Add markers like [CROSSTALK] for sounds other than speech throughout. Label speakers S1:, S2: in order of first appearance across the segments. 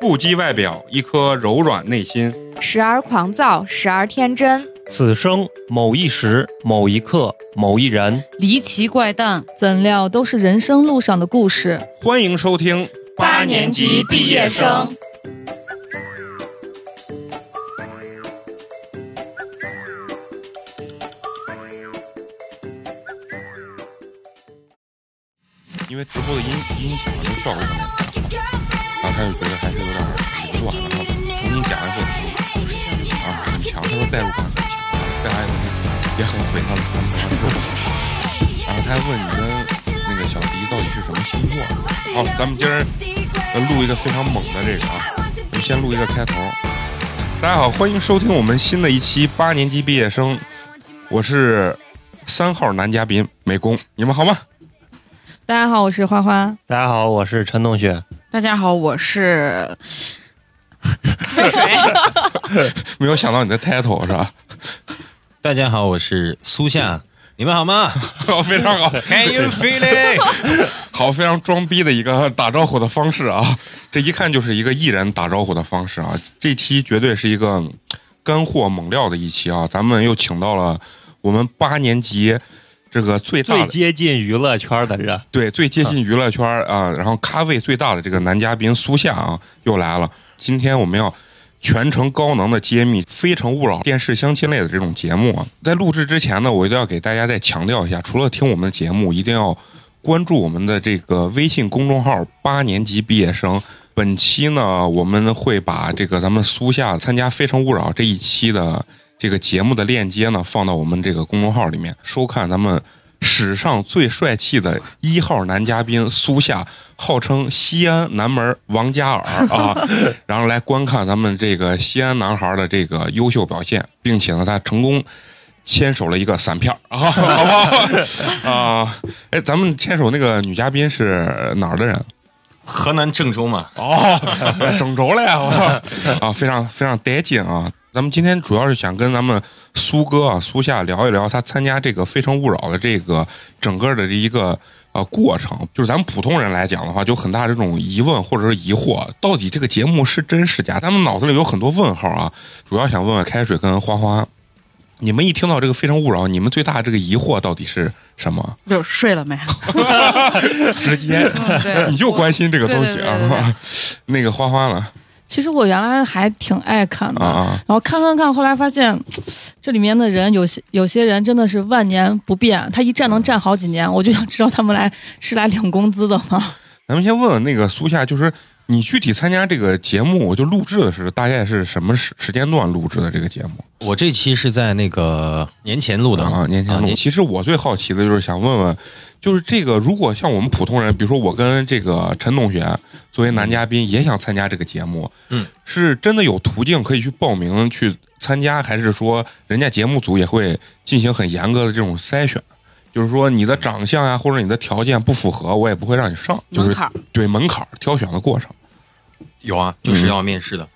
S1: 不羁外表，一颗柔软内心。
S2: 时而狂躁，时而天真，
S3: 此生某一时、某一刻、某一人，
S4: 离奇怪诞，
S5: 怎料都是人生路上的故事。
S1: 欢迎收听
S4: 八年级毕业生。
S1: 因为直播的音音响这个效果可能也不太好，然后他就觉得还是有点凌乱，然后重新讲一回啊，很强，他说代入感很强，然后大家也也很回他的三观，说不好。然后他还问你跟那个小迪到底是什么星座？好，咱们今儿要录一个非常猛的这个啊，我们先录一个开头。大家好，欢迎收听我们新的一期八年级毕业生，我是三号男嘉宾美工，你们好吗？
S5: 大家好，我是花花。
S3: 大家好，我是陈同学。
S4: 大家好，我是
S1: 没有想到你的 title 是吧？ [LAUGHS]
S6: 大家好，我是苏夏，你们好吗
S1: 好，非常好，
S6: ？Can you feel it？
S1: [LAUGHS] 好，非常装逼的一个打招呼的方式啊！这一看就是一个艺人打招呼的方式啊！这期绝对是一个干货猛料的一期啊！咱们又请到了我们八年级这个最大
S3: 最
S1: 的
S3: 接近娱乐圈的人，
S1: 对最接近娱乐圈儿啊，然后咖位最大的这个男嘉宾苏夏啊又来了。今天我们要全程高能的揭秘《非诚勿扰》电视相亲类的这种节目啊。在录制之前呢，我一定要给大家再强调一下，除了听我们的节目，一定要关注我们的这个微信公众号“八年级毕业生”。本期呢，我们会把这个咱们苏夏参加《非诚勿扰》这一期的这个节目的链接呢，放到我们这个公众号里面，收看咱们史上最帅气的一号男嘉宾苏夏，号称西安南门王嘉尔啊，然后来观看咱们这个西安男孩的这个优秀表现，并且呢，他成功牵手了一个散片儿 [LAUGHS] 啊，好不好？啊，哎，咱们牵手那个女嘉宾是哪儿的人？
S6: 河南郑州嘛，
S1: [LAUGHS] 哦，郑州嘞，我啊，非常非常带劲啊！咱们今天主要是想跟咱们苏哥啊、苏夏聊一聊他参加这个《非诚勿扰》的这个整个的这一个呃过程。就是咱们普通人来讲的话，就很大这种疑问或者是疑惑，到底这个节目是真是假？他们脑子里有很多问号啊。主要想问问开水跟花花，你们一听到这个《非诚勿扰》，你们最大的这个疑惑到底是什么？ [LAUGHS]
S4: 就睡了没？
S1: 直接
S4: 对
S1: 你就关心这个东西
S4: 对对对对
S1: 啊？那个花花呢？
S5: 其实我原来还挺爱看的，
S1: 啊啊。
S5: 然后看看看，后来发现这里面的人有些有些人真的是万年不变，他一站能站好几年，我就想知道他们来是来领工资的吗？
S1: 咱们先问问那个苏夏，就是你具体参加这个节目，就录制的是大概是什么时时间段录制的这个节目
S6: 我这期是在那个年前录的
S1: 啊？年前
S6: 啊
S1: 录。其实我最好奇的就是想问问，就是这个如果像我们普通人，比如说我跟这个陈同学作为男嘉宾也想参加这个节目，
S6: 嗯，
S1: 是真的有途径可以去报名去参加，还是说人家节目组也会进行很严格的这种筛选？就是说你的长相啊，或者你的条件不符合，我也不会让你上，就
S4: 门
S1: 是
S4: 槛儿
S1: 对门槛儿挑选的过程。
S6: 有啊，就是要面试的，
S1: 嗯啊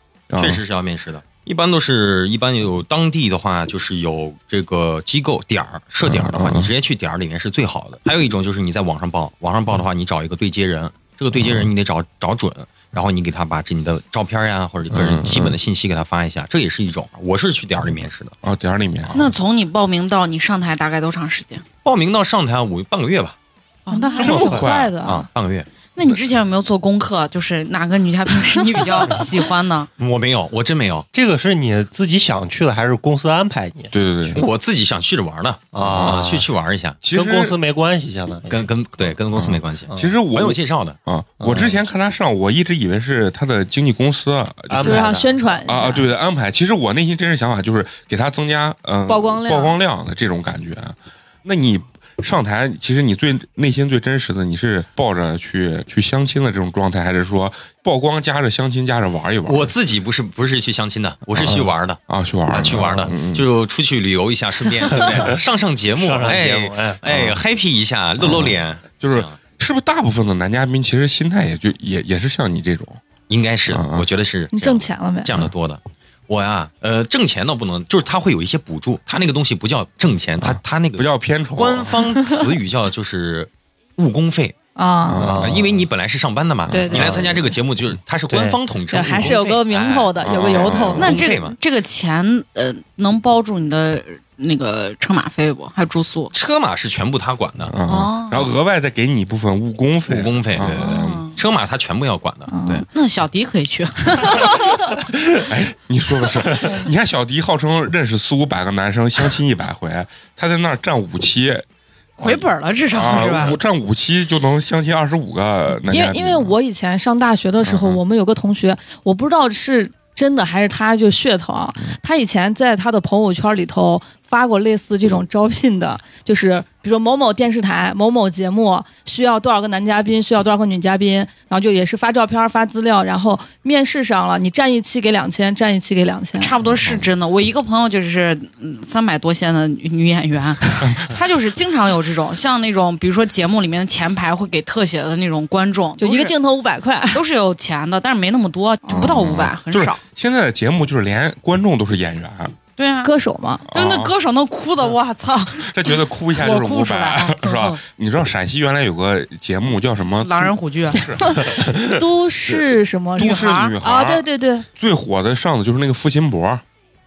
S6: 确实是要面试的。一般都是一般有当地的话，就是有这个机构点儿设点儿的话，
S1: 嗯嗯嗯
S6: 你直接去点儿里面是最好的。还有一种就是你在网上报，网上报的话，你找一个对接人，这个对
S1: 嗯
S6: 接人你得找找准，然后你给他把这你的照片呀或者个
S1: 嗯嗯
S6: 人
S1: 嗯
S6: 基本的信息给他发一下，这也是一种。我是去点儿里面试的，
S1: 哦，点儿里面
S4: 那从你报名到你上台大概多长时间？
S6: 报名到上台五半个月吧，
S4: 哦，
S5: 啊那还
S1: 这
S5: 挺
S1: 么快
S5: 快的
S6: 啊，半个月。
S4: 那你之前有没有做功课？就是哪个女嘉宾是你比较喜欢
S1: [LAUGHS]
S4: 呢？
S6: 我没有，我真没有，
S3: 这个是你自己想去的，还是公司安排你？
S1: 对对对，
S6: 我自己想去着玩的
S3: 啊
S6: 去去玩一下，
S1: 其实
S3: 跟公司没关系，相当于
S6: 跟跟对跟公司没关系，
S1: 其实我
S6: 我有介绍的，
S1: 啊，我之前看他上，我一直以为是他的经纪公司啊
S3: 安
S5: 就是
S3: 排
S5: 想
S3: 的
S5: 宣传一下
S1: 啊，对对安排。其实我内心真实想法就是给他增加嗯
S5: 曝光量
S1: 曝光量的这种感觉。啊那你上台，其实你最内心最真实的，你是抱着去去相亲的这种状态，还是说曝光加着相亲加着玩一玩？
S6: 我自己不是不是去相亲的，我是去玩的，
S1: 啊去玩
S6: 啊
S1: 儿
S6: 去玩的
S1: 嗯嗯，
S6: 就出去旅游一下，顺便对不对？上上节目，
S3: 上上节目
S6: 哎
S3: 哎
S6: 哎，happy 一下，露露脸，
S1: 就是
S6: 这样
S1: 是不是大部分的男嘉宾其实心态也就也也是像你这种
S6: 应该是
S1: 嗯嗯，
S6: 我觉得是
S5: 你
S6: 这
S5: 挣
S6: 样的
S5: 钱了没？
S6: 这样的多的。我呀，呃，挣钱倒不能，就是他会有一些补助，他那个东西不叫挣钱，他他那个
S1: 不叫偏宠啊
S6: 官方词语叫就是误工费，
S5: 啊，
S1: 啊
S6: 啊，因为你本来是上班的嘛，
S5: 对对
S6: 你来参加这个节目就是它是官方统
S5: 这
S6: 称，
S5: 还是有个名头的，
S1: 哎
S5: 有个由头
S1: 啊。
S4: 那
S6: 公
S4: 这
S6: 费
S4: 个
S6: 嘛
S4: 这个钱呃，能包住你的那个车马费不？还有住宿？
S6: 车马是全部他管的，
S1: 啊
S4: 哦，
S1: 然后额外再给你一部分误工费，
S6: 误工费，对对对，
S4: 哦
S6: 车马他全部要管的，对。
S4: 那小迪可以去，
S1: 哎，你说的是，
S4: [LAUGHS]
S1: 你看小迪号称认识四五百个男生，相亲一百回，他在那儿占五期
S4: 回本了至少是
S1: 啊，
S4: 吧
S1: 我？占五期就能相亲二十五个男
S5: 因
S1: 嘉
S5: 为
S1: 宾。
S5: 因为我以前上大学的时候，
S1: 嗯嗯
S5: 我们有个同学，我不知道是真的还是他就噱头啊，
S1: 嗯
S5: 他以前在他的朋友圈里头发过类似这种招聘的，就是比如说某某电视台某某节目需要多少个男嘉宾，需要多少个女嘉宾，然后就也是发照片发资料，然后面试上了，你站一期给两千，站一期给两千。
S4: 差不多是真的。我一个朋友就是嗯三百多线的女女演
S5: [LAUGHS]
S4: 员，她就是经常有这种，像那种比如说节目里面的前排会给特写的那种观众，
S5: 就
S4: 都
S5: 一个
S4: 是啊
S5: 镜头哦五百块，
S4: 都是有钱的，但是没那么多，就不到五百，很
S1: 就是
S4: 少。
S1: 现在的节目就是连观众都是演员，
S4: 对啊，
S5: 歌哦嗯手嘛，
S4: 对那
S1: 啊
S4: 歌手那哭的，我
S5: [LAUGHS]
S4: 操！
S1: 这觉得哭一下就是
S4: 我
S1: 五
S4: 哭出来
S1: 百
S4: 了，
S1: 是吧
S4: 嗯嗯？
S1: 你知道陕西原来有个节目叫什么？
S4: 狼人虎踞，
S5: 都市什么
S1: 都
S4: 女
S1: 市
S4: 孩儿哦
S1: 女孩
S5: 啊？
S1: 儿
S5: 对对对
S1: 最火的上的就是那个付辛博，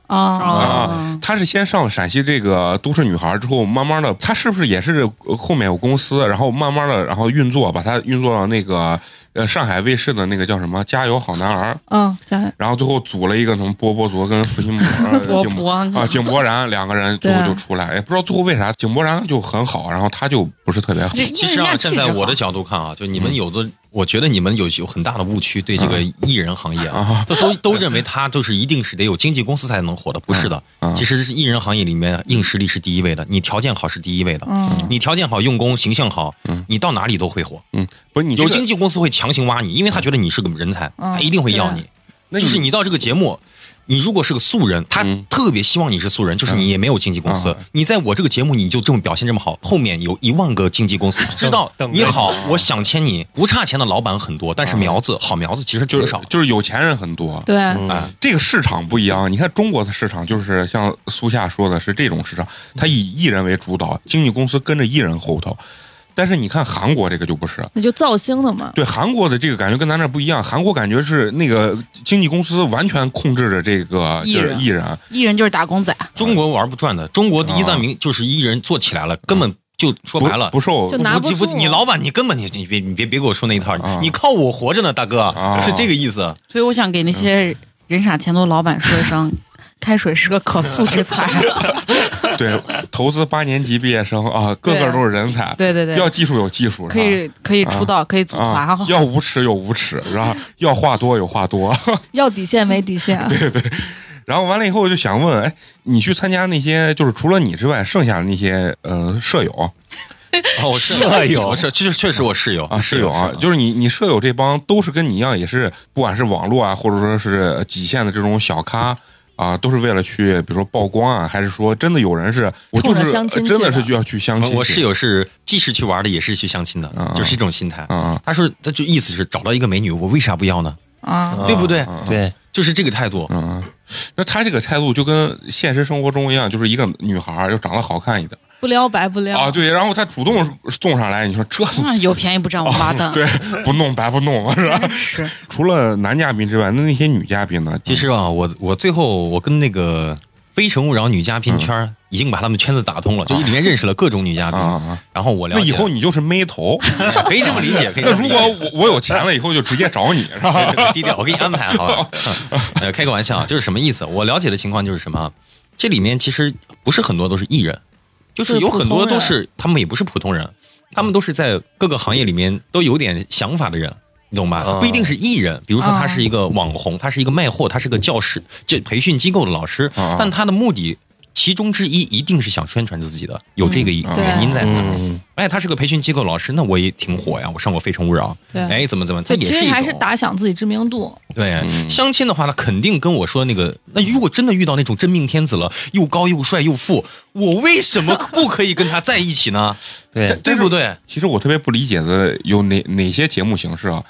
S5: 啊，
S1: 啊
S4: 哦，
S1: 她是先上陕西这个都市女孩儿之后，慢慢的，她是不是也是呃后面有公司，然后慢慢的，然后运作，把她运作到那个呃上海卫视的那个叫什么《加油好男儿》，
S5: 嗯，咱
S1: 然后最后组了一个什么波波卓跟付辛博、
S4: 我
S1: 井
S4: 我
S1: 啊井柏然两个人，最后就出来，也不知道最后为啥井柏然就很好，然后他就不是特别好
S4: 这。因为
S6: 其实
S4: 人
S6: 啊，
S4: 家
S6: 站
S4: 气质
S6: 在我的
S4: 好
S6: 角度看啊，就你们有的，我觉得你们有有很大的误区，对这个艺人行业啊，都都都认为他都是一定是得有经纪公司才能火的，不是的
S1: 嗯嗯。
S6: 其实是艺人行业里面硬实力是第一位的，你条件好是第一位的，
S5: 嗯。
S6: 你条件好、用功、形象好
S1: 嗯，
S6: 你到哪里都会火。
S1: 嗯，不是你这
S6: 有
S1: 个
S6: 经纪公司会强行挖你，因为他觉得你是个人才，
S5: 嗯
S6: 他一定会要你。
S1: 那
S6: 就是嗯你到这个节目，你如果是个素人，他
S1: 嗯
S6: 特别希望你是素人，就是你也没有经纪公司
S1: 啊，
S6: 你在我这个节目你就这么表现这么好，后面有一万个经纪公司 [LAUGHS] 知道
S3: 等着
S6: 你好，我想签你，不差钱的老板很多，但是苗子好苗子其实
S1: 就
S6: 挺
S1: 是
S6: 少。
S1: 就是有钱人很多，
S5: 对，
S6: 啊，
S1: 这个市场不一样。你看中国的市场，就是像苏夏说的是这种市场，它以艺人为主导，经纪公司跟着艺人后头。但是你看韩国这个就不是，
S5: 那就造星的嘛。
S1: 对韩国的这个感觉跟咱这儿不一样。韩国感觉是那个经纪公司完全控制着这个
S4: 艺
S1: 就是
S4: 人
S1: 艺人，
S4: 艺人就是打工仔，
S6: 中国玩不转的，中国第一
S1: 啊
S6: 大名就是艺人做起来了，根本就说白了
S1: 不。不受
S5: 就拿
S6: 嗯不
S5: 不住啊
S6: 你老板，你根本你你别你别别给我说那一套
S1: 啊，
S6: 你靠我活着呢，大哥
S1: 啊，
S6: 是这个意思。
S4: 所以我想给那
S5: 嗯
S4: 些人傻钱多老板说一声，开水是个可塑之才。
S1: [LAUGHS]
S5: 嗯 [LAUGHS]
S1: 对投资八年级毕业生啊，个个
S4: 对
S1: 都是人才，
S4: [LAUGHS] 对对
S1: 要
S4: 对，
S1: 技术有技
S5: 啊
S1: 术，
S4: 可
S1: 是吧
S4: 以可以出道，
S5: 嗯
S4: 可以组团
S1: 啊
S4: 哈，。
S1: 要无耻有无耻，是吧？要话多有话多。
S5: 要底线没底线，
S1: 然后完了以后，我就想问，哎，你去参加那些，就是除了你之外，剩下的那些呃舍友
S6: [LAUGHS] 哦，我是
S3: 舍友
S6: 我是确实确实我室友
S1: 啊，舍友啊，
S6: 是
S1: 就是你你舍友这帮都是跟你一样，也是不管是网络啊，或者说是极限的这种小咖。啊，都是为了去，比如说曝光啊，还是说真的有人是，我就
S5: 冲着
S1: 是
S5: 相亲
S1: 呃
S5: 去
S1: 真的
S5: 的
S1: 是就要去相亲去。
S6: 嗯我室友是既是去玩的，也是去相亲的
S1: 嗯，
S6: 就是一种心态。
S1: 啊啊，
S6: 他说，这就意思是找到一个美女，我为啥不要呢？
S5: 啊，
S6: 对不对？
S1: 啊啊
S3: 对，
S6: 就是这个态度。
S1: 嗯，那他这个态度就跟现实生活中一样，就是一个女孩儿要长得好看一点
S5: 不撩白不撩
S1: 啊，，对，然后他主动送上来，你说这
S4: 嗯 [LAUGHS] 有便宜不占王八
S5: 哦
S4: 蛋，
S1: 对不弄白不弄啊是吧？
S4: 真是
S1: 除了男嘉宾之外，那那些女嘉宾呢？
S6: 其实啊，我我最后我跟那个《非诚勿扰》女嘉
S1: 嗯
S6: 宾圈儿已经把他们圈子打通了，就里面认识了各种女嘉
S1: 啊
S6: 宾
S1: 啊，。啊
S6: 然后我了
S1: 那
S6: 解，
S1: 以后你就是妹
S6: [LAUGHS]
S1: 头。
S6: 哎可以这么理解。可以这
S1: 那
S6: 么
S1: 如
S6: 理解
S1: 果我我有钱了以后，就直接找你是 [LAUGHS]
S6: [LAUGHS]
S1: 吧？啊
S6: 对对对低调，我给你安排啊好吧？呃，开个玩笑啊，就是什么意思？我了解的情况就是什么啊？这里面其实不是很多都是艺人，就是有很多都是他们也不是普通人，他们都是在各个行业里面都有点想法的人。你懂吧？
S3: 哦
S6: 不一定是艺人，比如说
S5: 哦
S6: 他是一个网红，他是一个卖货，他是个教师，就培训机构的老师，
S1: 哦
S6: 但他的目的其中之一一定是想宣传自己的，有这个
S1: 嗯
S6: 原因在那。
S3: 嗯，
S6: 哎，他是个培训机构老师，那我也挺火呀，我上过《非诚勿扰》。
S5: 对
S6: 哎，怎么怎么，他
S5: 就
S6: 也
S5: 其
S6: 是
S5: 实
S6: 一
S5: 还是
S6: 种
S5: 打响自己知名
S6: [LAUGHS]
S5: 度，
S6: 对，
S1: 嗯
S6: 相亲的话，他肯定跟我说那个。那如果真的遇到那种真命天子了，又高又帅又富，我为什么不可以跟他在一
S1: [LAUGHS]
S6: 起呢？
S3: 对，
S6: 对不对？
S1: 其实我特别不理解的有哪哪些节目形式啊？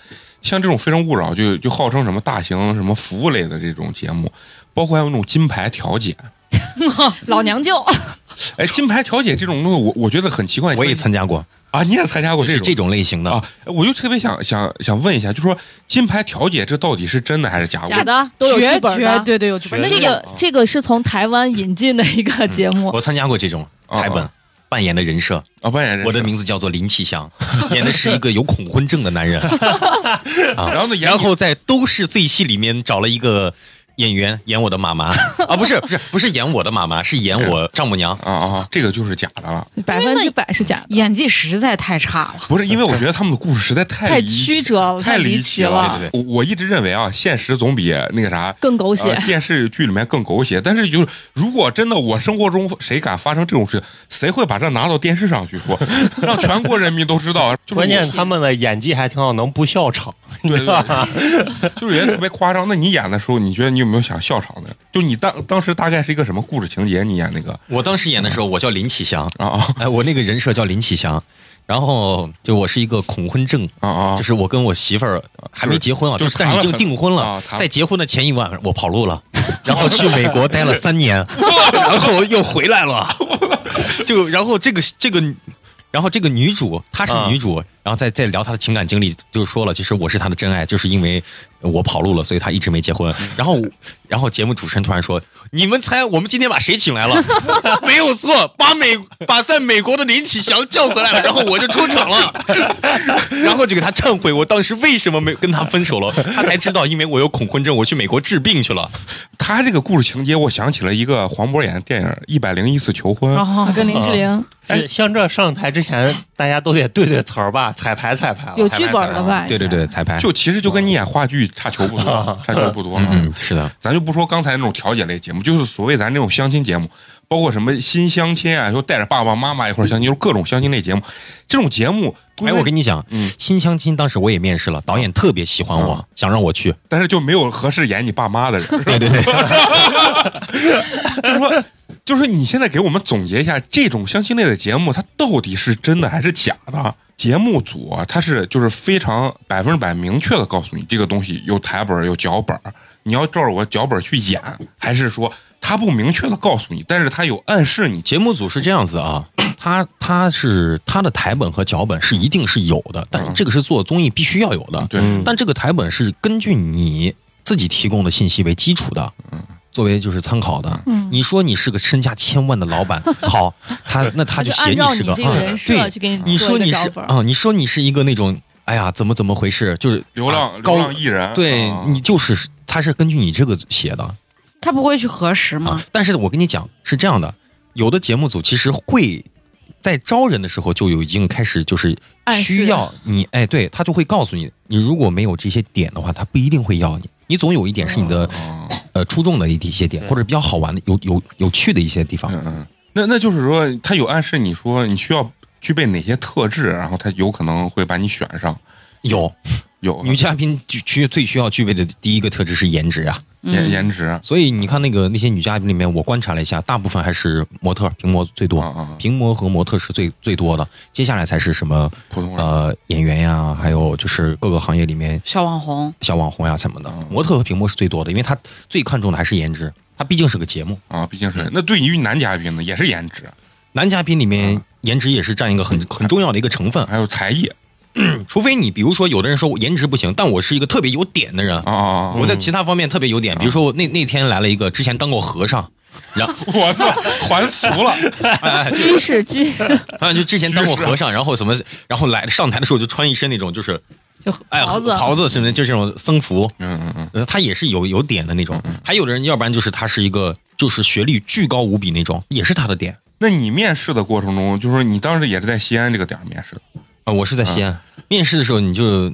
S1: 像这种《非诚勿扰》就就号称什么大型什么服务类的这种节目，包括还有那种金牌调解，
S5: 老娘舅，
S1: 哎，金牌调解这种东西，我我觉得很奇怪。
S6: 我也
S1: 像
S6: 参加过，
S1: 啊，你也参加过
S6: 就是
S1: 种
S6: 这种类型的。
S1: 啊？我就特别想想想问一下，就说金牌调解这到底是真的还是假的？
S5: 假的都有
S4: 绝
S5: 剧本
S4: 绝
S5: 的。
S4: 对对有剧本。
S3: 绝
S4: 那
S5: 这
S4: 个
S6: 啊
S5: 个这个是从台湾引进的一
S6: 嗯
S5: 个节目，
S6: 我参加过这种
S1: 啊
S6: 台本扮演的人设，
S1: 啊，扮演人
S6: 我的
S1: 设
S6: 名字叫做林启
S1: [LAUGHS]
S6: 祥，演的是一个有恐婚症的男人。
S1: 然后呢，演
S6: 然后在《都市醉戏》里面找了一个演员演我的妈妈啊，不是不是不是演我的妈妈，是演我丈母娘。
S1: 啊啊，这个就是假的了，
S5: 百分之百是假的，
S4: 演技实在太差了，
S1: 不是因为我觉得他们的故事实在太
S5: 太
S1: 离奇
S5: 曲折了，
S1: 太
S5: 离
S1: 奇
S5: 了，
S6: 对对
S1: 我我一直认为啊，现实总比那个啥。
S5: 更狗血
S1: 呃。
S6: 啊
S1: 电视剧里面更狗血，但是就是如果真的我生活中谁敢发生这种事，谁会把这拿到电视上去说，让全国人民都知道？就是
S3: 关键他们的演技还挺好，能不笑场。
S1: 对对对，就是有些特别夸张。那你演的时候，你觉得你有没有想笑场的？就你当当时大概是一个什么故事情节？你演那个
S6: 我当时演的时候，我叫林启祥，
S1: 啊啊
S6: 哎，我那个人设叫林启祥，然后就我是一个恐婚症。
S1: 啊啊！
S6: 就是我跟我媳妇儿还没结婚啊，
S1: 就是
S6: 但是已经订婚
S1: 谈了
S6: 了
S1: 很啊。谈了
S6: 在结婚的前一晚，我跑
S1: [LAUGHS]
S6: 路了，然后去美国待了三年，然后又回来了。就然后这个这个，然后这个女主她是女主，然后再再聊她的情感经历，就说了，其实我是她的真爱，就是因为我跑路了，所以她一直没结婚。然后然后节目主持人突然说：“你们猜我们今天把谁请来了？” [LAUGHS] 没有错，把美把在美国的林启祥叫回来了，然后我就出场了。 [LAUGHS] 然后就给他忏悔，我当时为什么没跟他分手了？他才知道，因为我有恐婚症，我去美国治病去了。
S1: 他这个故事情节，我想起了一个黄渤演的电影《一百零一次求婚》
S4: 然后
S5: 啊跟林志玲
S3: 是哎像这上台之前，大家都得对对词儿吧，彩排彩排了。
S5: 有剧本的吧？
S6: 啊对对对，彩排。
S1: 就其实就跟你演话剧差球不多，差球不多。啊
S6: 嗯嗯，是的，
S1: 咱就不说刚才那种调解类节目，就是所谓咱这种相亲节目，包括什么新相亲啊，说带着爸爸妈妈一块儿相亲，就是各种相亲类节目。这种节目，
S6: 哎，我跟你讲，
S1: 嗯
S6: 新相亲当时我也面试了，导演特别喜欢我，
S5: 嗯
S6: 想让我去。
S1: 但是就没有合适演你爸妈的人。
S6: [LAUGHS] 对对对，
S1: [LAUGHS] 就是说，就是说你现在给我们总结一下，这种相亲类的节目，它到底是真的还是假的？节目组啊，它是就是非常百分之百明确的告诉你，这个东西有台本儿有脚本儿，你要照着我脚本儿去演，还是说他不明确的告诉你，但是他有暗示你？
S6: 节目组是这样子
S5: [COUGHS]
S6: 啊，他他是他的台本和脚本是一定是有的，但
S5: 嗯
S6: 这个是做综艺必须要有的。
S1: 对，
S3: 嗯
S6: 但这个台本是根据你自己提供的信息为基础的，
S5: 嗯
S6: 作为就是参考的。你说你是个身价千万的老
S5: [LAUGHS]
S6: 板，好，他那他
S5: 他
S6: 就
S5: 就
S6: 写
S5: 按
S6: 你
S5: 照
S6: 是
S5: 你
S6: 个
S5: 这个
S6: 啊
S5: 人
S6: 对
S5: 设去给
S6: 你
S5: 做
S6: 说
S5: 一个
S6: 你
S5: 脚
S6: 是
S5: 本。
S6: 啊，你说你是一个那种，哎呀，怎么怎么回事？就是
S1: 流浪、
S6: 啊
S1: 流
S6: 高
S1: 浪，艺人，
S6: 对
S1: 啊
S6: 你就是他是根据你这个写的
S4: 他不会去核实吗
S6: 啊？。但是我跟你讲是这样的，有的节目组其实会在招人的时候就有已经开始就是
S5: 暗示
S6: 需要你，哎，对他就会告诉你，你如果没有这些点的话，他不一定会要你。你总有一点是你的
S1: 啊
S6: 呃出众的一一些点，
S3: 对
S6: 或者比较好玩的、有有有趣的一些地方。
S1: 嗯嗯，那那就是说，他有暗示你说你需要具备哪些特质，然后他有可能会把你选上。
S6: 有
S1: 有
S6: 女嘉宾具需最需要具备的第一个特质是颜值啊，
S1: 颜
S4: 嗯，
S1: 颜值啊
S6: 所以你看那个那些女嘉宾里面，我观察了一下，大部分还是模特屏模最多，
S1: 啊，
S6: 屏模和模特是最最多的，接下来才是什么
S1: 普通人
S6: 呃演员呀，还有就是各个行业里面
S4: 小网红
S6: 小网红呀什么的
S1: 嗯，
S6: 模特和屏幕是最多的，因为他最看重的还是颜值，他毕竟是个节目。
S1: 啊，毕竟是那对于男嘉宾呢，也是颜值，
S6: 男嘉宾里面颜值也是占一个很很重要的一个成分，
S1: 还有才艺
S6: 除非你比如说有的人说我颜值不行，但我是一个特别有点的人
S1: 啊，啊啊！
S6: 我在其他方面特别有点，比如说我那那天来了一个之前当过和尚，然后
S1: 我操， [LAUGHS] 还俗
S6: [LAUGHS]
S1: 了，
S5: 居士居士，
S6: 啊，就之前当过和尚，然后什么，然后来上台的时候就穿一身那种就是，
S5: [LAUGHS] 就
S6: 哎呀，
S5: 袍子
S6: 袍子什么的，就这种僧服，
S1: 嗯嗯嗯，
S6: 呃，他也是有有点的那种。还有的人，要不然就是他是一个就是学历巨高无比那种，也是他的点
S1: 那你面试的过程中，就是说你当时也是在西安这个点儿面试的，
S6: 啊。我是在西安面试的时候，你就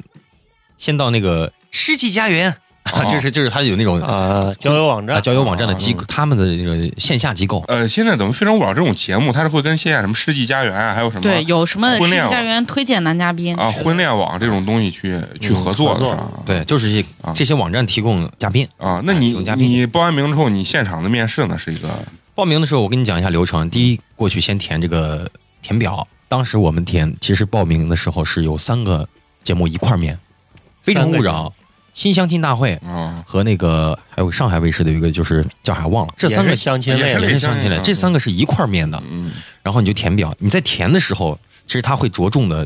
S6: 先到那个世纪佳缘，
S1: 哦
S6: 啊就是就是他有那种啊
S3: 啊，交友网站
S6: 交友网站的机构，他们的那个线下机构。
S1: 呃，现在等于《非诚勿扰》这种节目，它是会跟现在什么世纪佳缘啊，还有什么
S4: 对有什么世
S1: 婚
S4: 纪
S1: 恋
S4: 佳缘推荐男嘉宾
S1: 啊婚恋网这种东西去
S6: 嗯
S1: 去合作
S3: 合
S1: 的
S3: 作
S1: 是吧？
S6: 对，就是这
S1: 啊
S6: 这些网站提供嘉宾。
S1: 啊，那
S6: 啊
S1: 你
S6: 请嘉宾
S1: 你报完名之后，你现场的面试呢是一个
S6: 报名的时候，我跟你讲一下流程。第一，过去先填这个填表。当时我们填，其实报名的时候是有三个节目一块儿面，《非诚勿扰》新相亲大会
S1: 啊，
S6: 和那个还有上海卫视的有一个就是叫啥忘了，这三个
S3: 也是相亲类
S1: 也
S3: 的
S1: 是
S6: 也是相亲类，这三个是一块儿面的，
S1: 嗯，
S6: 然后你就填表，你在填的时候，其实他会着重的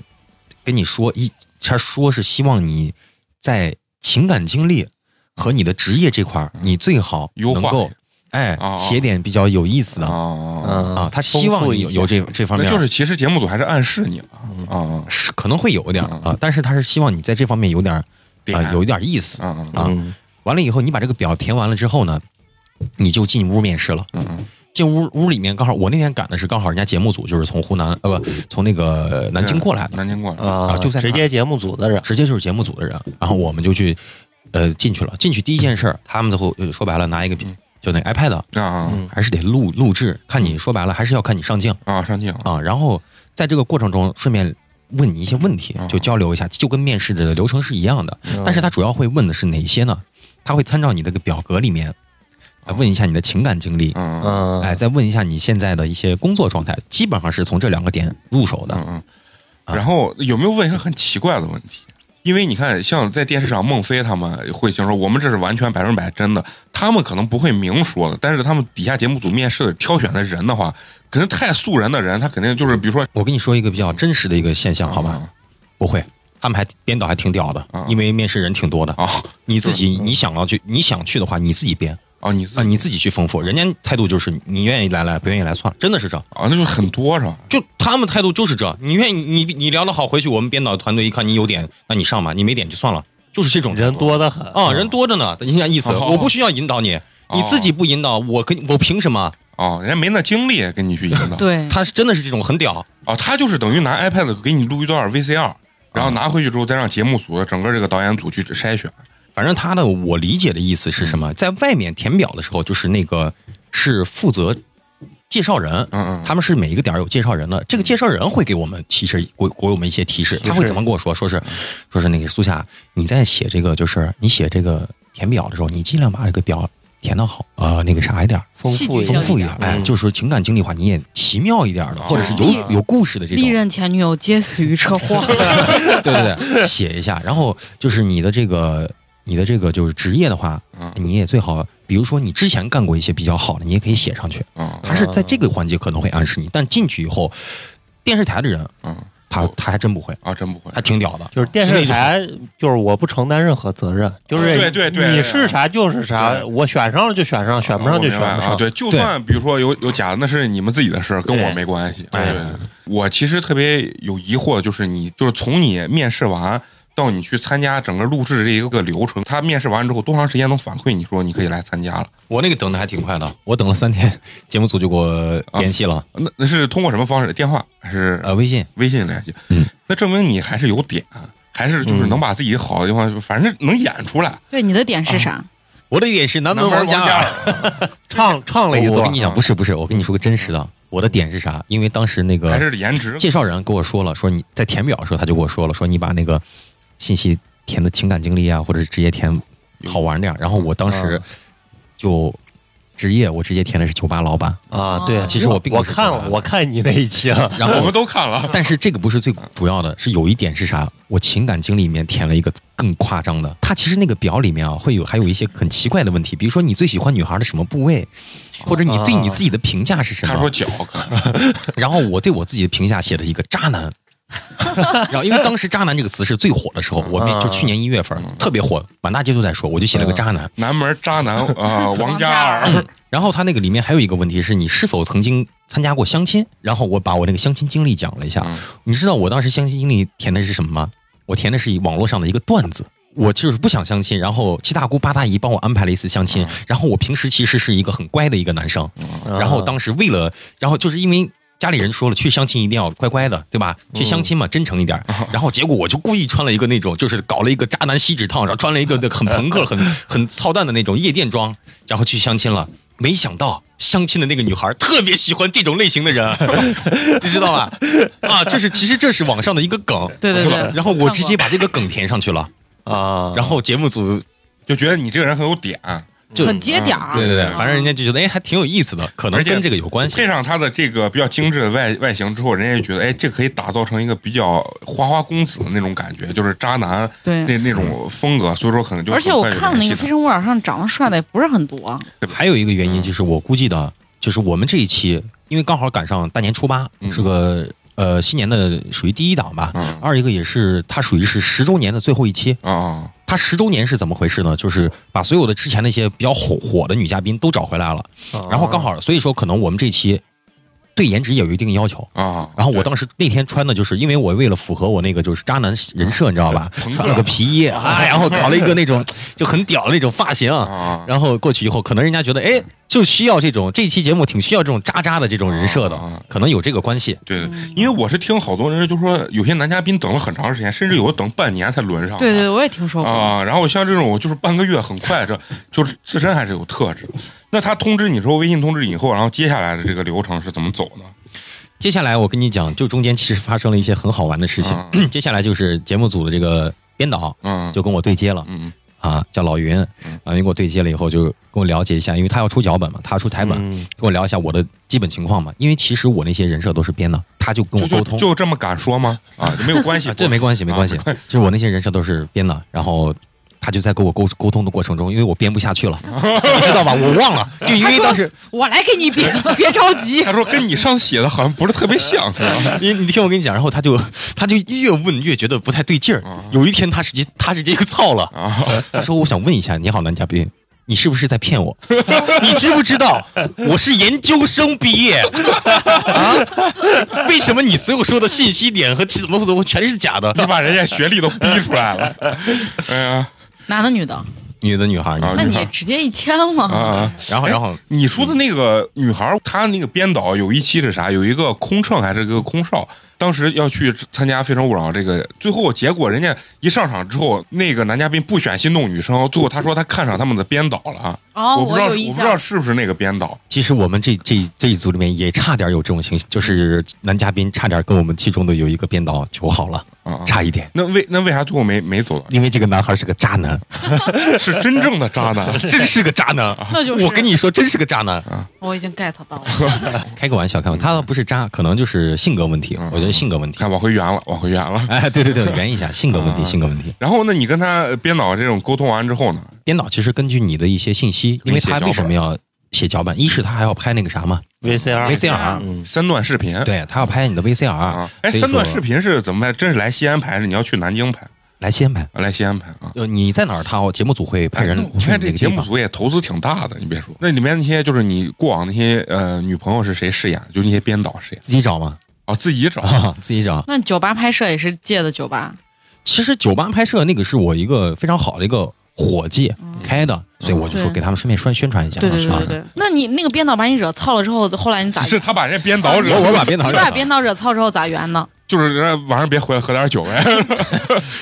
S6: 跟你说一，他说是希望你在情感经历和你的职业这块儿，你最好
S1: 优化
S6: 能够哎
S1: 哦
S6: 写点比较有意思的
S1: 啊，
S3: 嗯
S6: 啊，他希望你有有这这方
S1: 那
S6: 面，啊嗯
S1: 就是其实节目组还是暗示你了啊，
S6: 是可能会有点儿
S1: 嗯
S6: 啊，但是他是希望你在这方面有点儿
S1: 点
S6: 啊有一点儿意思。
S1: 啊
S6: 啊
S3: 嗯
S6: 完了以后，你把这个表填完了之后呢，你就进屋面试了。
S1: 嗯
S6: 进屋屋里面刚好，我那天赶的是刚好人家节目组就是从湖南呃不从那个南
S1: 嗯
S6: 京过来的，
S1: 南京过来
S3: 啊，
S6: 就在
S3: 直
S6: 那儿
S3: 接节目组的人，
S6: 直接就是节目组的人，然后我们就去呃进去了。进去第一件事儿，他们最后呃说白了拿一个
S1: 嗯
S6: 就那 iPad，
S1: 啊
S3: 嗯
S6: 还是得录录制，
S1: 嗯
S6: 看你说白了还是要看你上镜
S1: 啊，上镜
S6: 啊。然后在这个过程中顺便。问你一些问题
S1: 嗯，
S6: 就交流一下，就跟面试的流程是一样的。
S3: 嗯
S6: 但是他主要会问的是哪些呢？他会参照你这个表格里面，来问一下你的情感经历，
S1: 嗯
S3: 嗯
S6: 哎，再问一下你现在的一些工作状态，基本上是从这两个点入手的。
S1: 嗯嗯，然后有没有问一个很奇怪的问题？因为你看，像在电视上，孟非他们会先说我们这是完全百分之百真的，他们可能不会明说的，但是他们底下节目组面试的挑选的人的话，可能太素人的人，他肯定就是比如说，
S6: 我跟你说一个比较真实的一个现象，好吧？
S1: 嗯
S6: 不会，他们还编导还挺屌的
S1: 啊，
S6: 因为面试人挺多的。
S1: 啊
S6: 你自己
S1: 是
S6: 你想要去，你想去的话，你自己编
S1: 啊，你自
S6: 啊，
S1: 己
S6: 你自己去丰富。人家态度就是你愿意来来，不愿意来算了，真的是这样。
S1: 啊，那就是很多是吧？
S6: 就他们态度就是这，你愿意你你聊得好，回去我们编导团队一看你有点，那你上吧；你没点就算了，就是这种态度
S3: 人多嗯的很
S6: 啊，人多着呢，你想意思，
S1: 哦
S6: 我不需要引导你，你自己不引导我，跟我凭什么？
S1: 哦，人家没那精力跟你去引
S6: [LAUGHS]
S1: 导。
S4: 对，
S6: 他是真的是这种很屌，
S1: 哦，他就是等于拿 iPad 给你录一段 VCR，然后拿回去之后再让节目组的整个这个导演组去筛选。
S6: 反正他的我理解的意思是什么，在外面填表的时候，就是那个是负责介绍人。
S1: 嗯嗯，
S6: 他们是每一个点儿有介绍人的，这个介绍人会给我们其实给给我们一些提示，
S3: 示
S6: 他会怎么跟我说？说是，说是那个苏夏，你在写这个就是你写这个填表的时候，你尽量把这个表填的好，呃，那个啥一点儿，
S3: 丰
S4: 戏
S3: 富
S4: 剧
S3: 一点
S4: 效
S6: 丰
S4: 应，
S6: 富一点儿，哎，
S3: 嗯
S6: 就是说情感经历的话，你也奇妙一点儿的，或者是有
S4: 历
S6: 有故事的这种
S4: 历，任前女友皆死于车
S1: [LAUGHS]
S4: 祸。
S6: 对对对，写一下。然后就是你的这个你的这个就是职业的话，
S1: 嗯
S6: 你也最好，比如说你之前干过一些比较好的，你也可以写上去。
S1: 嗯
S6: 他是在这个环节可能会暗示你，但进去以后，电视台的人
S1: 嗯
S6: 他他还真不会，
S1: 啊，真不会
S6: 还挺屌的。
S3: 就是电视台，就是我不承担任何责任，就是
S1: 哦对对对啊
S3: 你是啥就是啥
S1: 对，
S3: 我选上了就选上，选不上就选不
S1: 啊
S3: 上。
S1: 对，就算比如说有有假的，那是你们自己的事儿，跟我
S3: 对
S1: 没关系。
S6: 哎
S1: 对，我其实特别有疑惑，就是你就是从你面试完到你去参加整个录制这一个流程，他面试完之后多长时间能反馈你说你可以来参加了？
S6: 我那个等的还挺快的，我等了三天，节目组就给我联
S1: [LAUGHS]
S6: 系了，
S1: 那那是通过什么方式？电话还是
S6: 呃，微信。
S1: 微信联系？
S6: 嗯，
S1: 那证明你还是有点，啊还是就是能把自己好的地方，反正能演出来。
S4: 对，你的点是
S1: 啊
S4: 啥？
S6: 我的也是南门
S1: 门
S6: 王
S1: 王
S6: 嘉
S1: 嘉
S6: 尔
S1: 尔。
S3: 唱唱了一
S6: 我
S3: 段
S6: 跟你，讲，不是不是，我跟你说个真实的，我的点是啥？因为当时那
S1: 还
S6: 个
S1: 是颜值
S6: 介绍人跟我说了，说你在填表的时候，他就跟我说了，说你把那个信息填的情感经历啊，或者是职业填好玩点儿。然后我当时就职业，我直接填的是酒吧老板。
S3: 啊，对，
S6: 其实我并不
S3: 我
S6: 是
S3: 看了，我看你那一期了，
S1: [LAUGHS]
S6: 然
S1: 我
S6: 后
S1: 们，都看了。
S6: 但是这个不是最主要的，是有一点是啥？我情感经历里面填了一个更夸张的，它其实那个表里面啊，会有还有一些很奇怪的问题，比如说你最喜欢女孩的什么部位，或者你对你自己的评价是什么？
S1: 他说脚，可能 [LAUGHS]
S6: 然后我对我自己的评价写了一个渣男，然后因为当时“渣男”这个词是最火的时候，我面
S3: 嗯
S6: 就去年一月份特别火，满大街都在说，我就写了个渣男。
S1: 南门渣男啊，王嘉
S4: 王
S1: 尔。
S6: 然后他那个里面还有一个问题是你是否曾经参加过相亲，然后我把我那个相亲经历讲了一下
S1: 嗯。
S6: 你知道我当时相亲经历填的是什么吗？我填的是一网络上的一个段子。我就是不想相亲，然后七大姑八大姨帮我安排了一次相亲
S1: 嗯，
S6: 然后我平时其实是一个很乖的一个男生，然后当时为了，然后就是因为家里人说了去相亲一定要乖乖的，对吧？去相亲嘛，真诚一点儿。
S1: 嗯
S6: 然后结果我就故意穿了一个那种，就是搞了一个渣男锡纸烫，然后穿了一个那个很朋克、很很操蛋的那种夜店装，然后去相亲了。没想到相亲的那个女孩特别喜欢这种类型的人， [LAUGHS] 你知道吧？啊，这是其实这是网上的一个梗，
S4: 对对
S6: 是
S4: 对嗯
S6: 吧然后我直接把这个梗填上去了，
S3: 啊，
S6: 然后节目组
S1: 就觉得你这个人很有点，啊
S6: 就
S4: 很接点儿、
S6: 对对对，反正人家就觉得哎，还挺有意思的，可能
S1: 而且
S6: 跟这个有关系
S1: 配。上他的这个比较精致的外外形之后，人家就觉得，哎，这可以打造成一个比较花花公子的那种感觉，就是渣男
S4: 对
S6: 嗯
S1: 那那种风格，所以说可能就
S4: 而且我
S1: 很快就
S4: 看了那
S1: 联
S4: 个《
S1: 系啊
S4: 非诚勿扰》上长得帅的也不是很多，
S6: 还有一个原
S1: 嗯
S6: 因就是，我估计的，就是我们这一期，因为刚好赶上大年初八，
S1: 嗯
S6: 是个呃新年的属于第一档吧。
S1: 嗯
S6: 二一个也是它属于是十周年的最后一期。
S1: 啊啊
S6: 它十周年是怎么回事呢？就是把所有的之前那些比较火火的女嘉宾都找回来了，
S1: 哦
S6: 然后刚好，所以说可能我们这期对颜值也有一定要求。
S1: 啊！
S6: 然后我当时那天穿的就是，因为我为了符合我那个就是渣男人设，你知道吧？
S1: 朋克
S6: 穿了个皮衣啊，然后搞了一个那种就很屌的那种发型
S1: 啊
S6: 啊。
S1: 啊，嗯
S6: 然后过去以后，可能人家觉得，哎，就需要这种这期节目挺需要这种渣渣的这种人设的
S1: 啊啊，
S6: 可能有这个关系。
S1: 对对，
S4: 嗯
S1: 因为我是听好多人就说，有些男嘉宾等了很长时间，甚至有的等半年才轮上。
S4: 对对，我也听说过。
S1: 啊，然后像这种就是半个月很快，这就是自身还是有特质。那他通知你之后，微信通知以后，然后接下来的这个流程是怎么走呢？
S6: 接下来我跟你讲，就中间其实发生了一些很好玩的事情。 [CLEARS THROAT] 接下来就是节目组的这个编导啊
S1: 嗯，
S6: 就跟我对接了
S1: 嗯
S6: 啊，叫老云，
S1: 嗯
S6: 老云给我对接了以后，就跟我了解一下，因为他要出脚本嘛，他要出台本，
S3: 嗯
S6: 跟我聊一下我的基本情况嘛。因为其实我那些人设都是编的，他就跟
S1: 就
S6: 我
S1: 就
S6: 沟通。
S1: 就这么敢说吗？啊，没有关系
S6: 啊，， [LAUGHS] 这没关系，没关系，就是我那些人设都是编的，然后。他就在跟我沟沟通的过程中，因为我编不下去了，你知道吧？我忘了，就因为当时
S4: 我来给你别别着急，
S1: 他说跟你上次写的好像不是特别像，是吧？
S6: [LAUGHS] 你你听我跟你讲，然后他就他就越问越觉得不太对劲儿
S1: 啊。
S6: 有一天他直接他直接就操了，
S1: 啊，
S6: 他说：“我想问一下，你好，男嘉宾，你是不是在骗我？ [LAUGHS] 你知不知道我是研究生毕业 [LAUGHS] 啊？为什么你所有说的信息点和什么什么全是假的？
S1: 你把人家学历都逼出来了，
S6: [LAUGHS]
S1: 哎呀
S4: 男的女的，
S6: 女的女孩，女的
S1: 啊
S4: 那
S1: 女
S4: 你
S1: 孩
S4: 直接一千嘛。
S1: 啊！
S6: 然后然后
S1: 你说的那个女孩儿，她那个编导有一期是啥？有一个空乘还是个空少，当时要去参加《非诚勿扰》这个，最后结果人家一上场之后，那个男嘉宾不选心动女生，最后他说他看上他们的编导了啊！
S4: 哦，
S1: 我不知道
S4: 有
S1: 是，
S4: 印
S1: 我不知道
S4: 象，
S1: 是不是那个编导
S6: 其实我们这这这一组里面也差点有这种情形，就是男嘉宾差点跟我们其中的有一个编导求好了，
S1: 啊？啊
S6: 差一点，
S1: 那为那为啥最后没没走呢？
S6: 因为这个男孩是个渣
S1: [LAUGHS]
S6: 男，
S1: 是真正的渣男 [LAUGHS]
S6: 真是个渣男。
S4: 那就是
S6: 我跟你说，真是个渣男。
S4: 我已经 get 到了。
S6: 开个玩笑，开玩笑，他倒不是渣，可能就是性格问题
S1: 嗯。
S6: 我觉得性
S1: [LAUGHS]
S6: 格问题。
S1: 看往回圆了，往回圆了。
S6: 哎，对对对，
S1: [LAUGHS]
S6: 圆一下性格问题，
S1: 啊
S6: 性格问题。
S1: 然后，那你跟他呃编导这种沟通完之后呢？
S6: 编导其实根据你的一些信息，因为他为什么要写脚本？一是他还要拍那个啥嘛
S3: VCR
S6: ，VCR，
S3: 嗯
S1: 三段视频
S6: 对他要拍你的 VCR，
S1: 啊，哎，
S6: 所以
S1: 三段视
S6: 说
S1: 频是怎么拍？真是来西安拍，还是你要去南京拍？
S6: 来西安拍。
S1: 啊来西安拍啊？
S6: 呃，你在哪儿？他节目组会派人
S1: 哎我
S6: 去
S1: 看
S6: 你
S1: 这
S6: 那个
S1: 节
S6: 地
S1: 目
S6: 方。
S1: 组也投资挺大的，你别说，那里面那些就是你过往那些呃女朋友是谁饰演的？就那些编导饰演
S6: 自己找嘛，
S1: 哦，自己找
S6: 啊，自己找。
S4: 那酒吧拍摄也是借的
S1: [LAUGHS]
S4: 酒吧，
S6: 其实酒吧拍摄那个是我一个非常好的一个伙计开的，所以
S1: 嗯
S6: 我就说
S4: 嗯对
S6: 给他们顺便宣宣传一下嘛，
S4: 对对
S6: 是吧
S4: 对对？对。那你那个编导把你惹操了之后，后
S1: [LAUGHS]
S4: 来你咋？
S1: 是他把人家编导惹，
S6: 我我把编导
S4: 你
S6: 惹
S4: 把
S6: 了
S4: 编导惹操之后咋圆呢？
S1: 就是人家晚上别回来喝点酒呗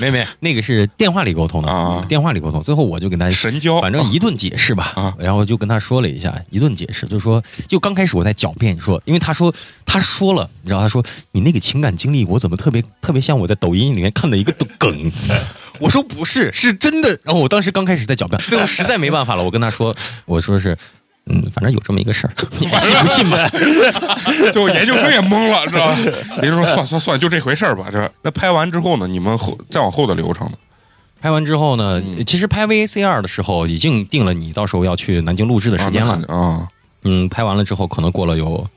S6: 没没，那个是电话里沟通的，
S1: 啊，
S6: 电话里沟通。最后我就跟他
S1: [LAUGHS] 神交，
S6: 哎反正一顿解释吧，
S1: 啊
S6: 然后就跟他说了一下，一顿解释，就说就刚开始我在狡辩说，因为他说他说了，你知道他说你那个情感经历，我怎么特别特别像我在抖音里面看的一个
S1: [LAUGHS]
S6: 梗，我说不是，是真的。然后我当时刚开始在狡辩，最后实在没办法了，我跟他说，我说是。嗯，反正有这么一个事儿，你还信不信吧？
S1: 就研究生也懵了，知道吧？研究生说算算算，就这回事儿吧。这那拍完之后呢，你们后再往后的流程呢？
S6: 拍完之后呢，
S1: 嗯
S6: 其实拍 VCR 的时候已经定了你到时候要去南京录制的时间了
S1: 啊。那啊，
S6: 嗯，拍完了之后可能过了有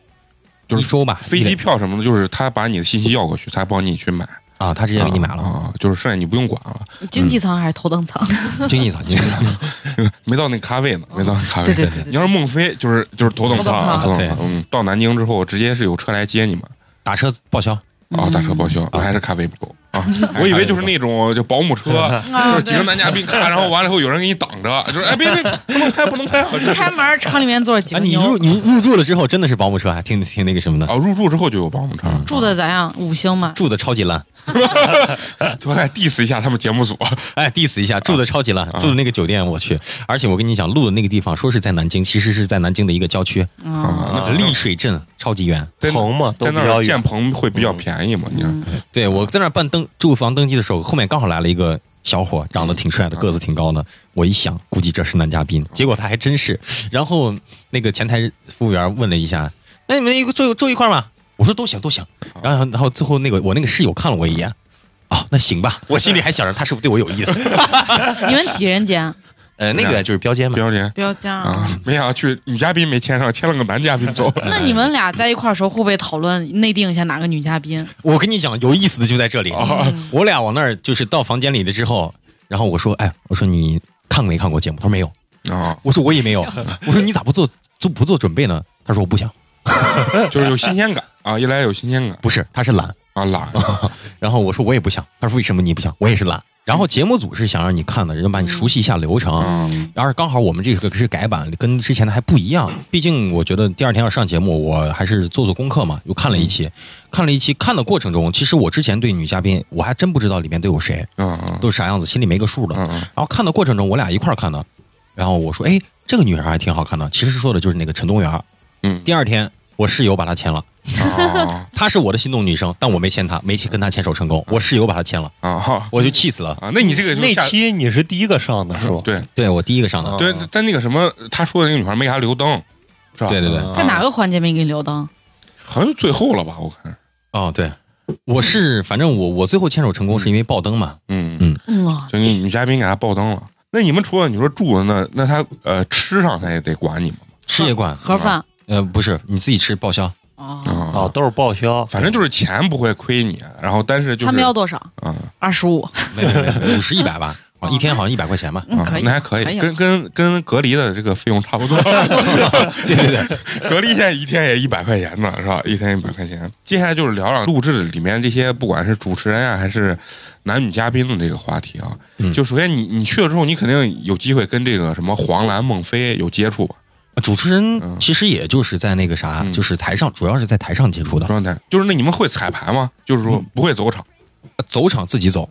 S1: 就是
S6: 一周吧，
S1: 飞
S6: 一
S1: 机
S6: 两
S1: 票什么的，就是他把你的信息要过去，他帮你去买，
S6: 啊，他直接给你买了。
S1: 啊，啊就是剩下你不用管了，
S4: 经济舱还是头等舱？
S1: 啊
S6: 经济舱，经济舱。
S1: [LAUGHS] 没到那咖位呢，没到那咖位
S4: 对。对对
S1: 你要是孟非，就是就是头等舱啊，头
S4: 头
S6: 等
S1: 等
S6: 舱
S1: 舱。嗯，到南京之后，直接是有车来接你们
S6: 打车报销，
S1: 啊，打车报销，
S6: 嗯
S1: 还是咖啡不够啊？我以为就是那种就保姆车， [LAUGHS] 就是几个男嘉宾咔，然后完了以后有人给你挡着，就是哎别别，不能拍不能拍啊！就是
S4: [LAUGHS] 开门，厂里面坐着几
S6: 啊，
S4: 个
S6: 你入
S4: 妞，
S6: 你入住了之后，真的是保姆车，还挺挺那个什么的，
S1: 啊，入住之后就有保姆车，
S4: 住的咋样？五星嘛。
S6: 住的超级烂，
S1: 就还 diss 一下他们节目组
S6: 哎，diss 一下，住的超级烂，
S1: 啊
S6: 住的那个酒店我去，而且我跟你讲，录的那个地方说是在南京，其实是在南京的一个郊区，
S4: 嗯，
S1: 啊，
S6: 丽水镇，超级远。
S1: 在
S3: 棚嘛，都
S1: 在
S3: 比
S1: 那儿
S3: 较
S1: 建
S3: 远。
S1: 棚会比较便宜嘛？你看
S6: 对我在那儿办登住房登记的时候，后面刚好来了一个小伙儿长得挺帅的，个子挺高的。我一想，估计这是男嘉宾，结果他还真是。然后那个前台服务员问了一下：“那你们一个坐坐一块儿吗？”我说：“都行，都行。”然后，然后最后那个我那个室友看了我一眼，啊，那行吧。我心 [LAUGHS] 里还想着他是不是对我有意思。
S4: 你们几人间？
S6: [LAUGHS] 呃，那个就是标间嘛。
S1: 标姐
S4: 不要这样
S1: 啊，没想到去女嘉宾没签上，签了个男嘉宾走了。
S4: [LAUGHS] 那你们俩在一块儿的时候，会不会讨论内定一下哪个女嘉宾？
S6: 我跟你讲，有意思的就在这里。我俩往那儿就是到房间里了之后，然后我说：“哎，我说你看过没看过节目？”他说：“没有。”
S1: 啊，
S6: 我说我也没有，我说你咋不做做不做准备呢？他说我不想，
S1: 就是有新鲜感啊，一来有新鲜感
S6: 不是，他是懒。
S1: 啊，懒
S6: 然后我说我也不想，他说为什么你不想？我也是懒。然后节目组是想让你看的，人家把你熟悉一下流程。
S1: 啊，
S6: 然后刚好我们这个是改版，跟之前的还不一样。毕竟我觉得第二天要上节目，我还是做做功课嘛，又看了一期，看了一期，看的过程中，其实我之前对女嘉宾我还真不知道里面都有谁，
S1: 啊啊
S6: 都是啥样子，心里没个数的。
S1: 啊
S6: 然后看的过程中，我俩一块儿看的，然后我说，哎，这个女孩还挺好看的。其实说的就是那个陈东元儿，
S1: 嗯
S6: 第二天，我室友把她签了，
S1: 啊
S6: 她是我的心动女生，但我没签她，没去跟她牵手成功。我室友把她签了，
S1: 啊好
S6: 我就气死了。
S1: 啊，那你这个就
S3: 那
S1: 下
S3: 期你是第一个上的是吧？
S1: [LAUGHS] 对
S6: 对我第一个上的，
S1: 对，但那个什么，他说的那个女孩没给他留灯，是吧？啊
S6: 对对对，
S4: 在哪个环节没给你留灯？
S1: 好像就最后了吧，我看，
S6: 哦对，我是反正我我最后牵手成功是因为爆灯嘛，
S1: 嗯
S6: 嗯
S4: 嗯，
S1: 就那女嘉宾给他爆灯了。那你们除了你说住的那，那他呃吃上他也得管你们
S6: 吃也管，
S4: 盒饭
S6: 呃不是你自己吃报销，
S4: 哦，
S3: 啊，
S1: 啊，
S3: 都是报销，
S1: 反正就是钱不会亏你，然后但是就
S4: 餐
S1: 是
S4: 标多少？
S1: 啊
S4: 二十五，
S6: 没没 [LAUGHS] 没五十一百吧，啊一天好像一百块钱吧。
S4: 嗯，
S1: 啊
S4: 可以，
S1: 那还可
S4: 可以
S1: 以，跟跟跟隔离的这个费用差
S4: [LAUGHS]
S1: 不多。
S6: 对对
S1: [LAUGHS]
S6: 对，
S1: 隔离现在一天也一百块钱呢，是吧？一天一百块钱。接下来就是聊聊录制里面这些，不管是主持人啊，还是男女嘉宾的这个话题啊。
S6: 嗯
S1: 就首先你你去了之后，你肯定有机会跟这个什么黄兰、孟非有接触吧？
S6: 主持
S1: 嗯
S6: 人其实也就是在那个啥，
S1: 嗯
S6: 就是台上，主要是在台上接触的，
S1: 状态就是那你们会彩排吗？就是说不会走场
S6: 呃走场自己走，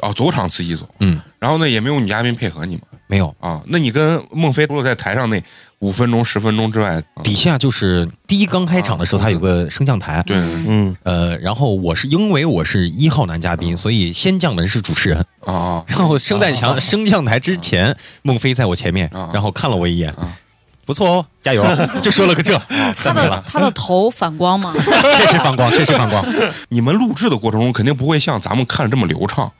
S1: 啊、走场自己走。
S6: 嗯，
S1: 然后呢也没有女嘉宾配合你们
S6: 没有。
S1: 啊。那你跟孟非除了在台上那五分钟、十分钟之外，啊
S6: 底下就是第一刚开场的时候，
S1: 啊
S6: 他有个升降台，
S1: 对
S3: 嗯，
S6: 呃，然后我是因为我是一号男嘉
S4: 啊
S6: 宾，所以先降的人是主持人。 [LAUGHS]
S1: 啊啊
S6: 然后升在墙升降台之前，
S4: 啊
S6: 孟非在我前面
S1: 啊，
S6: 然后看了我一眼
S1: 啊，
S6: 不错哦，
S4: [LAUGHS]
S6: 加油！就说了个这，哦
S4: 他
S6: 赞美
S4: 的
S6: 了，
S4: 他的头反光吗？
S6: 确实反光，确实反光。
S1: 你们录制的过程中肯定不会像咱们看的这么流畅。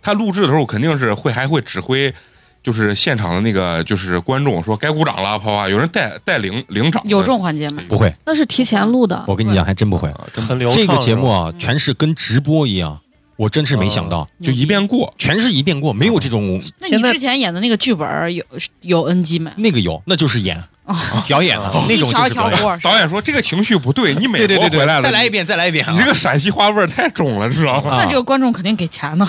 S1: 他录制的时候肯定是会还会指挥，就是现场的那个就是观众说该鼓掌了，啪啪，有人带带领领掌的，
S4: 有这种环节吗？
S6: 不会，
S5: 那是提前录的，
S6: 我跟你讲，还真不会。
S1: 啊，真
S3: 很流畅。
S6: 这个节目啊，
S4: 吧
S6: 全是跟直播一样，我真是没想
S4: 啊
S6: 到，
S1: 就一遍过
S6: 全是一遍过，没有这种
S4: 那你
S3: 现在
S4: 之前演的那个剧本儿有有 NG 没？
S6: 那个有，那就是演
S4: 哦
S6: 表演那
S4: 一
S6: 种
S4: 条
S6: 就
S4: 一
S6: 是
S4: 条
S6: 表演。
S4: 过，
S1: 导演说这个啊情绪不对，你美
S6: 对对
S1: 国
S6: 对
S1: 回
S6: 对，
S1: 来了，
S6: 再来一遍，再来一遍啊
S1: 你，！这个陕西话味儿太重了，知道吗？
S4: 那这个观众肯定给钱呢。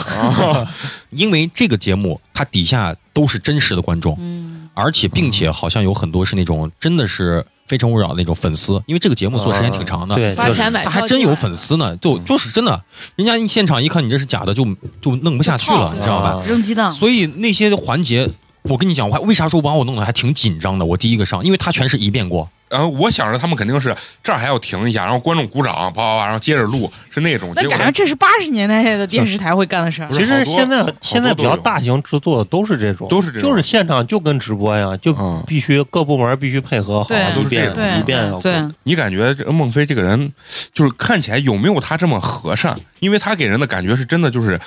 S6: 因为这个节目它底下都是真实的观众，
S4: 嗯，
S6: 而且并且好像有很多是那种真的是《非诚勿扰》那种粉丝，因为这个节目做时间挺长
S3: 呃
S6: 的，
S3: 对，
S5: 花
S3: 就是
S5: 钱买
S6: 他
S5: 票，
S6: 还真有粉。丝呢，就就是真的，人家一现场一看你这是假的，就就弄不下去
S4: 就
S6: 了，
S4: 操
S6: 你知道吧？
S3: 啊
S4: 哦扔鸡蛋，
S6: 所以那些环节。我跟你讲，我还为啥说把我弄得还挺紧张的？我第一个上，因为他全是一遍过，
S1: 然后我想着他们肯定是这儿还要停一下，然后观众鼓掌，啪啪啪，然后接着录，是那种。
S4: 那
S1: 结果
S4: 感觉这是八十年代的电视台会干的事儿
S1: 不。是
S3: 其实现
S1: 好多
S3: 在
S1: 好
S3: 现在
S1: 多
S3: 比
S1: 都
S3: 较
S1: 有
S3: 大型制作的都是这种，
S1: 都是这种
S3: 就是现场就跟直播呀，就
S1: 嗯
S3: 必须各部门必须配合好
S4: 对
S3: 一
S1: 都是这
S3: 遍
S4: 对
S3: 一遍要过
S4: 对，
S1: 你感觉这孟非这个人，就是看起来有没有他这么和善？因为他给人的感觉是真的就是，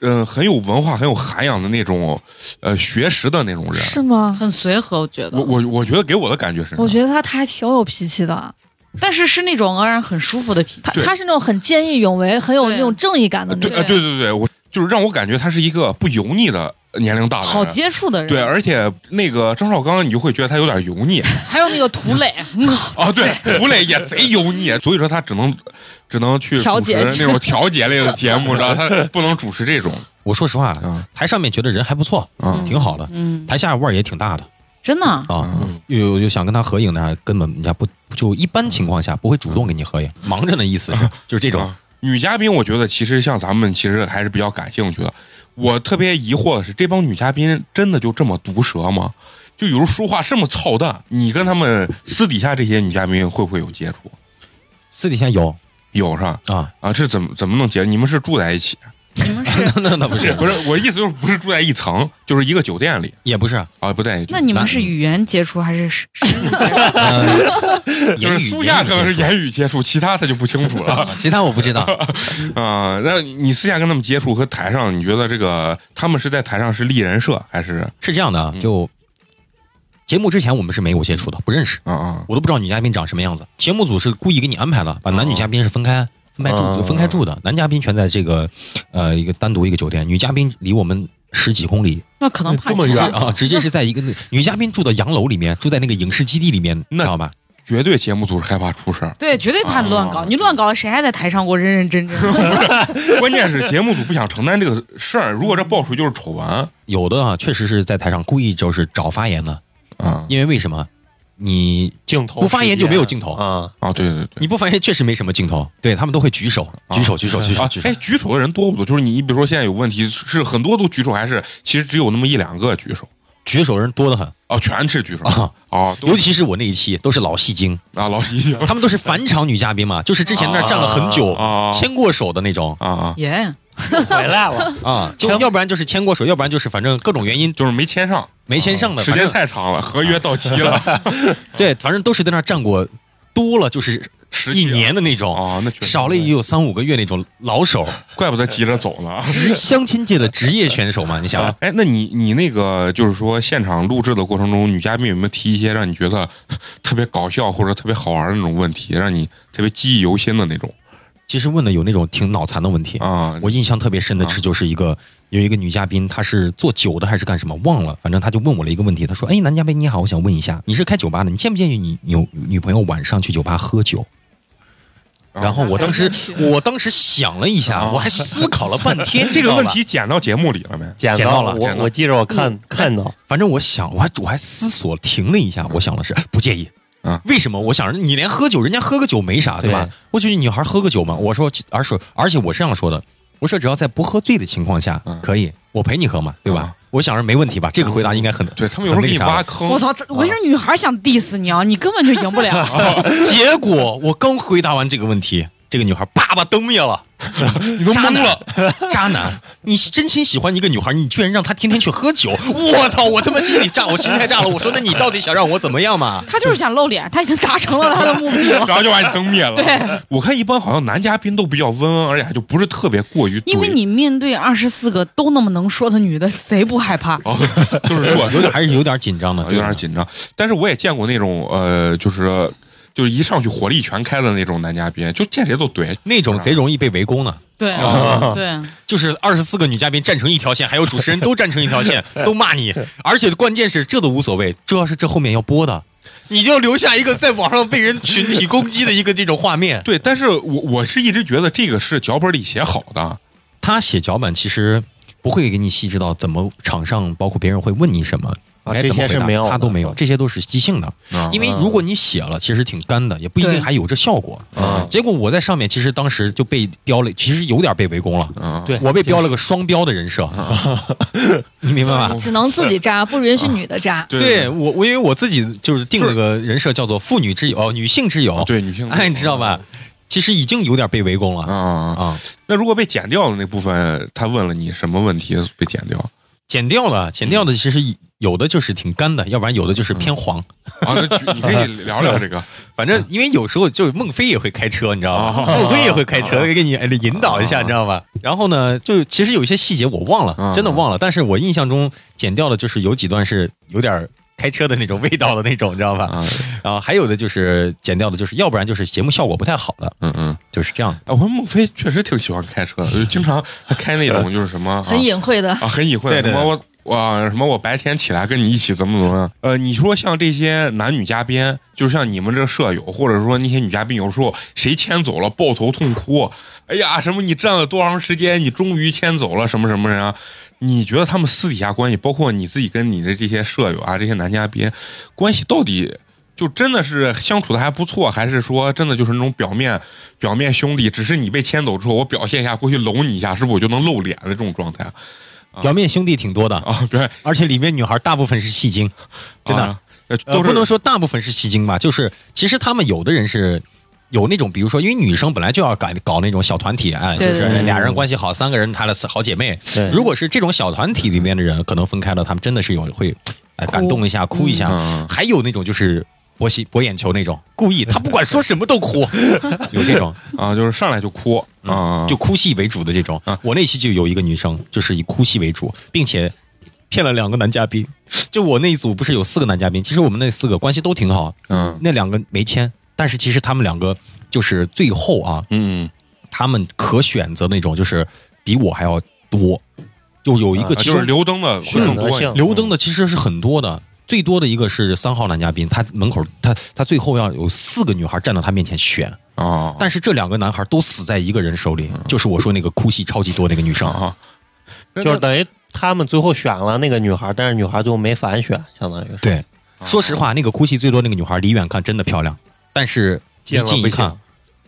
S1: 呃，很有文化、很有涵养的那种，呃，学识的那种
S6: 啊
S1: 人。
S5: 是吗？
S4: 很随和，我觉
S1: 我
S4: 得，
S1: 我我觉得给我的感觉是那样，
S5: 我觉得他他还挺有脾气的，
S4: 但是是那种让人很舒服的脾
S5: 他
S4: 气。
S1: 对
S5: 他是那种很见义勇为、很有
S4: 对
S5: 那种正义感的那
S1: 对
S5: 种。
S1: 呃对对对，我就是让我感觉他是一个不油腻的年龄大的人。
S4: 好接触的人，
S1: 对，而且那个张绍刚，你就会觉得他有点油腻
S4: 还有那个涂磊，嗯
S1: 啊，对，胡磊也贼油腻，所以说他只能只能去
S5: 调
S1: 主持
S5: 节
S1: 那种调节类的节目，知道吧他不能主持这种
S6: 我说实话，
S1: 啊
S6: 台上面觉得人还不错，
S1: 啊
S6: 挺好的，
S4: 嗯，
S6: 台下味儿也挺大的
S4: 真的啊，
S6: 啊。
S1: 嗯
S6: 有有有想跟他合影的啊，根本人家不就一般情况下不会主动跟你合影，忙着呢，意思 [LAUGHS] 是就是这种
S1: 啊女嘉宾，我觉得其实像咱们其实还是比较感兴趣的。我特别疑惑的是，这帮女嘉宾真的就这么毒舌吗？就有时候说话这么操蛋，你跟他们私底下这些女嘉宾会不会有接触？
S6: 私底下有
S1: 有是吧？
S6: 啊，
S1: 啊，这怎么怎么能接？你们是住在一起
S4: 你们是
S6: [LAUGHS] 那那不是，
S1: [LAUGHS] 不是我意思就是不是住在一层，就是一个酒店里
S6: 也不是，
S1: 啊，不在。
S4: 那你们是语言接触还是是是
S1: 就是
S6: 呃
S1: [LAUGHS]
S6: 言语
S1: 苏夏可能是，
S6: 语接
S1: 言语接触，其他他就不清楚
S6: 触 [LAUGHS]
S1: 了
S6: 啊其他我不知道。
S1: [LAUGHS] 啊。那你私下跟他们接触和台上，你觉得这个他们是在台上是立人设还是
S6: 是这样的啊，
S1: 嗯
S6: 就节目之前我们是没有接触的，不认识，
S1: 啊啊
S6: 我都不知道女嘉宾长什么样子。节目组是故意给你安排的，把男女
S1: 哦
S6: 嘉宾是分开。分开住，
S3: 嗯
S6: 分开住的，男嘉宾全在这个，呃，一个单独一个酒店，女嘉宾离我们十几公里，
S4: 那可能怕
S1: 这么
S4: 你
S1: 远
S4: 知
S6: 直
S4: 道，
S6: 啊，直接是在一个那女嘉宾住的洋楼里面，住在那个影视基地里面，你知道吧？
S1: 绝对节目组是害怕出事儿
S6: [LAUGHS]
S4: 对，绝对怕你乱搞，
S1: 啊
S4: 你乱搞了谁还在台上给我认认真真？
S1: 关键是节目组不想承担这个事儿。如果这爆出就是丑闻啊
S6: 有的啊，确实是在台上故意就是找发言的，
S1: 啊，
S6: 因为为什么？你
S3: 镜头
S6: 不发言就没
S1: 哦
S6: 有镜头
S3: 啊，
S1: 对对对。
S6: 你不发言确实没什么镜头，对他们都会举手，举手，举手，举手，
S1: 啊
S6: 举！手
S1: 哎，。举手的人多不多？就是你，比如说现在有问题，是很多都举手，还是其实只有那么一两个举手？
S6: 举手的人多得很
S1: 哦，全是举手
S6: 啊，
S1: 哦，都
S6: 尤其是我那一期都是老戏精，
S1: 啊，老习性
S6: 他们都是返场女嘉宾嘛，就是之前那儿站了很久，
S1: 啊
S6: 牵过手的那种
S1: 啊啊，
S4: 耶，
S3: 回来
S6: [LAUGHS]
S3: 了，
S6: 啊，就
S3: 全
S6: 要不然就是牵过手，要不然就是反正各种原因
S1: 就是没签上，
S6: 没签上的，
S1: 啊时
S6: 反
S1: 间
S6: 正
S1: 太长了，合约到期
S6: [LAUGHS]
S1: 了，
S6: 对，反正都是在那儿站过多了就是
S1: 十
S6: 一
S1: 几啊了
S6: 年的那种，
S1: 哦，那确实
S6: 少了也有三五个月那种老手，
S1: 怪不得急着走呢。
S6: 职相亲界的职业选手嘛，你想
S1: 啊，哎，那你你那个就是说，现场录制的过程中，女嘉宾有没有提一些让你觉得特别搞笑或者特别好玩的那种问题，让你特别记忆犹新的那种
S6: 其实问的有那种挺脑残的问题
S1: 啊？
S6: 我印象特别深的是，就是一个有一个女嘉宾，她是做酒的还是干什么忘了，反正她就问我了一个问题，她说：“哎，男嘉宾你好，我想问一下，你是开酒吧的，你介不介意你有女朋友晚上去酒吧喝酒？”
S1: 啊
S6: 然后我当时，我当时想了一
S1: 啊
S6: 下，我还思考了半
S1: [LAUGHS]
S6: 天
S1: 这个问，
S6: 你知道吧
S1: 题剪到节目里了没？
S3: 捡
S6: 捡到
S3: 到
S6: 了哎
S3: 我
S1: 捡到
S3: 我记着我看看到，
S6: 反正我想，我还我还思索停了一下，我想了是哎不介意
S1: 啊。
S6: 为什么？我想着你连喝酒，人家喝个酒没啥，嗯对吧
S3: 对？
S6: 我觉得女孩喝个酒嘛，我说，而且而且我是这样说的，我说只要在不喝醉的情况下
S1: 嗯，
S6: 可以，我陪你喝嘛，对吧
S1: 啊？
S6: 我想着没问题吧，这个回答应该很
S1: 对他们有时候给你挖坑，
S4: 我操！这我跟你说，女孩想 diss 你啊，你根本就赢不了。
S6: [LAUGHS] 结果我刚回答完这个问题，这个女孩叭把灯灭了， [LAUGHS] 你都懵了， [LAUGHS] 渣男！你真心喜欢一个女孩，你居然让她天天去喝酒，我操！我他妈心里炸，我心态炸了。我说，那你到底想让我怎么样嘛？
S4: 她就是想露脸，她已经达成了她的目的
S1: [LAUGHS]
S4: 了。
S1: 然后就把你灯灭了。
S4: 对，
S1: 我看一般好像男嘉宾都比较温文尔雅，就不是特别过于怼，
S4: 因为你面对二十四个都那么能说的女的，谁不害怕？
S1: 哦，就是弱
S6: 我 [LAUGHS] 有点还是有点紧张的，
S1: [LAUGHS] 有点。紧张。但是我也见过那种呃，就是就是一上去火力全开的那种男嘉宾，就见谁都怼。
S6: 那种贼容易被围攻呢，
S1: [LAUGHS]
S4: 对
S1: 啊
S4: 对，
S6: 就是二十四个女嘉宾站成一条线，还有主持人都站成一条线，都骂你，而且关键是这都无所谓，主要是这后面要播的，你就留下一个在网上被人群体攻击的一个这种画面。 [LAUGHS]
S1: 对，但是我我是一直觉得这个是脚本里写好的，
S6: 他写脚本其实不会给你细致到怎么场上，包括别人会问你什么，
S3: 啊
S6: 该
S3: 这
S6: 怎么
S3: 些
S6: 回
S3: 是没有的
S6: 答，
S3: 嗯
S6: 他都没有，这些都是即兴的。
S1: 啊
S6: 因为如果你写了，其实挺干的，也不一
S4: 对
S6: 定还有这效果。
S1: 嗯
S3: 啊，
S6: 结果我在上面其实当时就被标了，其实有点被围攻了。
S1: 啊，
S3: 对
S6: 我被标了个双标的人设，啊 [LAUGHS] 你
S1: 呃
S6: 明白吧？
S5: 只能自己扎，不允
S1: 啊
S5: 许女的扎。
S1: 对
S6: 对我，我因为我自己就是定了个人设，叫做妇女之友，哦女性之友。，
S1: 对女性，
S6: 哎，你知道吧？其实已经有点被围攻
S1: 啊？
S6: 了
S1: 啊啊！
S6: 啊。
S1: 那如果被剪掉的那部分，他问了你什么问题被剪掉
S6: 剪掉了，剪掉的其实有的就是挺干的，要不然有的就是偏黄。
S1: 啊？那举你可 [LAUGHS] 以聊聊这个
S6: 反正因为有时候就是孟非也会开车，你知道吗？孟非也会开车，给你哎引导一下，你知道吗？然后呢，就其实有一些细节我忘了
S1: 嗯，
S6: 真的忘了。但是我印象中剪掉的就是有几段是有点开车的那种味道的那种，你知道吧？
S1: 啊，
S6: 然呃后还有的就是剪掉的，就是要不然就是节目效果不太好的，
S1: 嗯嗯。
S6: 就是这样的。
S1: 啊，我说孟非确实挺喜欢开车的，就经常还开那种就是什么啊
S5: 很隐晦的，
S1: 啊，很隐晦，
S6: 对
S1: 什
S6: 对
S1: 么我啊我什么我白天起来跟你一起怎么怎么样？呃，你说像这些男女嘉宾，就是像你们这舍友，或者说那些女嘉宾，有时候谁牵走了抱头痛哭，哎呀，什么你站了多长时间，你终于牵走了什么什么人啊？你觉得他们私底下关系，包括你自己跟你的这些舍友啊，这些男嘉宾关系到底？就真的是相处的还不错，还是说真的就是那种表面表面兄弟，只是你被牵走之后，我表现一下过去搂你一下，是不是我就能露脸的这种状态啊啊
S6: 表面兄弟挺多的，
S1: 啊？表现
S6: 而且里面女孩大部分是戏精，真的。
S1: 啊，呃
S6: 呃，
S1: 都
S6: 不
S1: 是
S6: 能说大部分是戏精吧，就是其实他们有的人是有那种，比如说，因为女生本来就要搞搞那种小团体，哎，就
S4: 对
S6: 是
S4: 对对
S6: 俩人关系好，三个人她的好姐妹。
S3: 对
S6: 如果是这种小团体里面的人，可能分开了，他们真的是有会哎
S4: 哭
S6: 感动一下，哭一下。
S1: 嗯
S6: 还有那种就是博喜博眼球那种，故意他不管说什么
S1: [LAUGHS]
S6: 都哭，有这种
S1: 啊，就是上来就哭啊，
S6: 嗯就哭戏为主的这种
S1: 啊。
S6: 我那期就有一个女生，就是以哭戏为主，并且骗了两个男嘉宾。就我那一组不是有四个男嘉宾，其实我们那四个关系都挺好，
S1: 嗯
S6: 那两个没签，但是其实他们两个就是最后啊，
S1: 嗯，
S6: 他们可选择那种就是比我还要多，就有一
S1: 啊
S6: 个其
S1: 就是嗯
S6: 实
S1: 刘登的会更多一点
S3: 选择性
S6: 刘登的其实是很多的。最多的一个是三号男嘉宾，他门口他他最后要有四个女孩站到他面前选，
S1: 啊，嗯
S6: 但是这两个男孩都死在一个人手里，就是我说那个哭戏超级多那个女生。
S1: 啊，那
S3: 嗯就是
S1: 那
S3: 等于他们最后选了那个女孩，但是女孩最后没反选，相当于是
S6: 对，说实话，那个哭戏最多那个女孩，离远看真的漂亮，但是一
S3: 见了
S6: 近
S3: 不
S6: 一看
S3: 行，，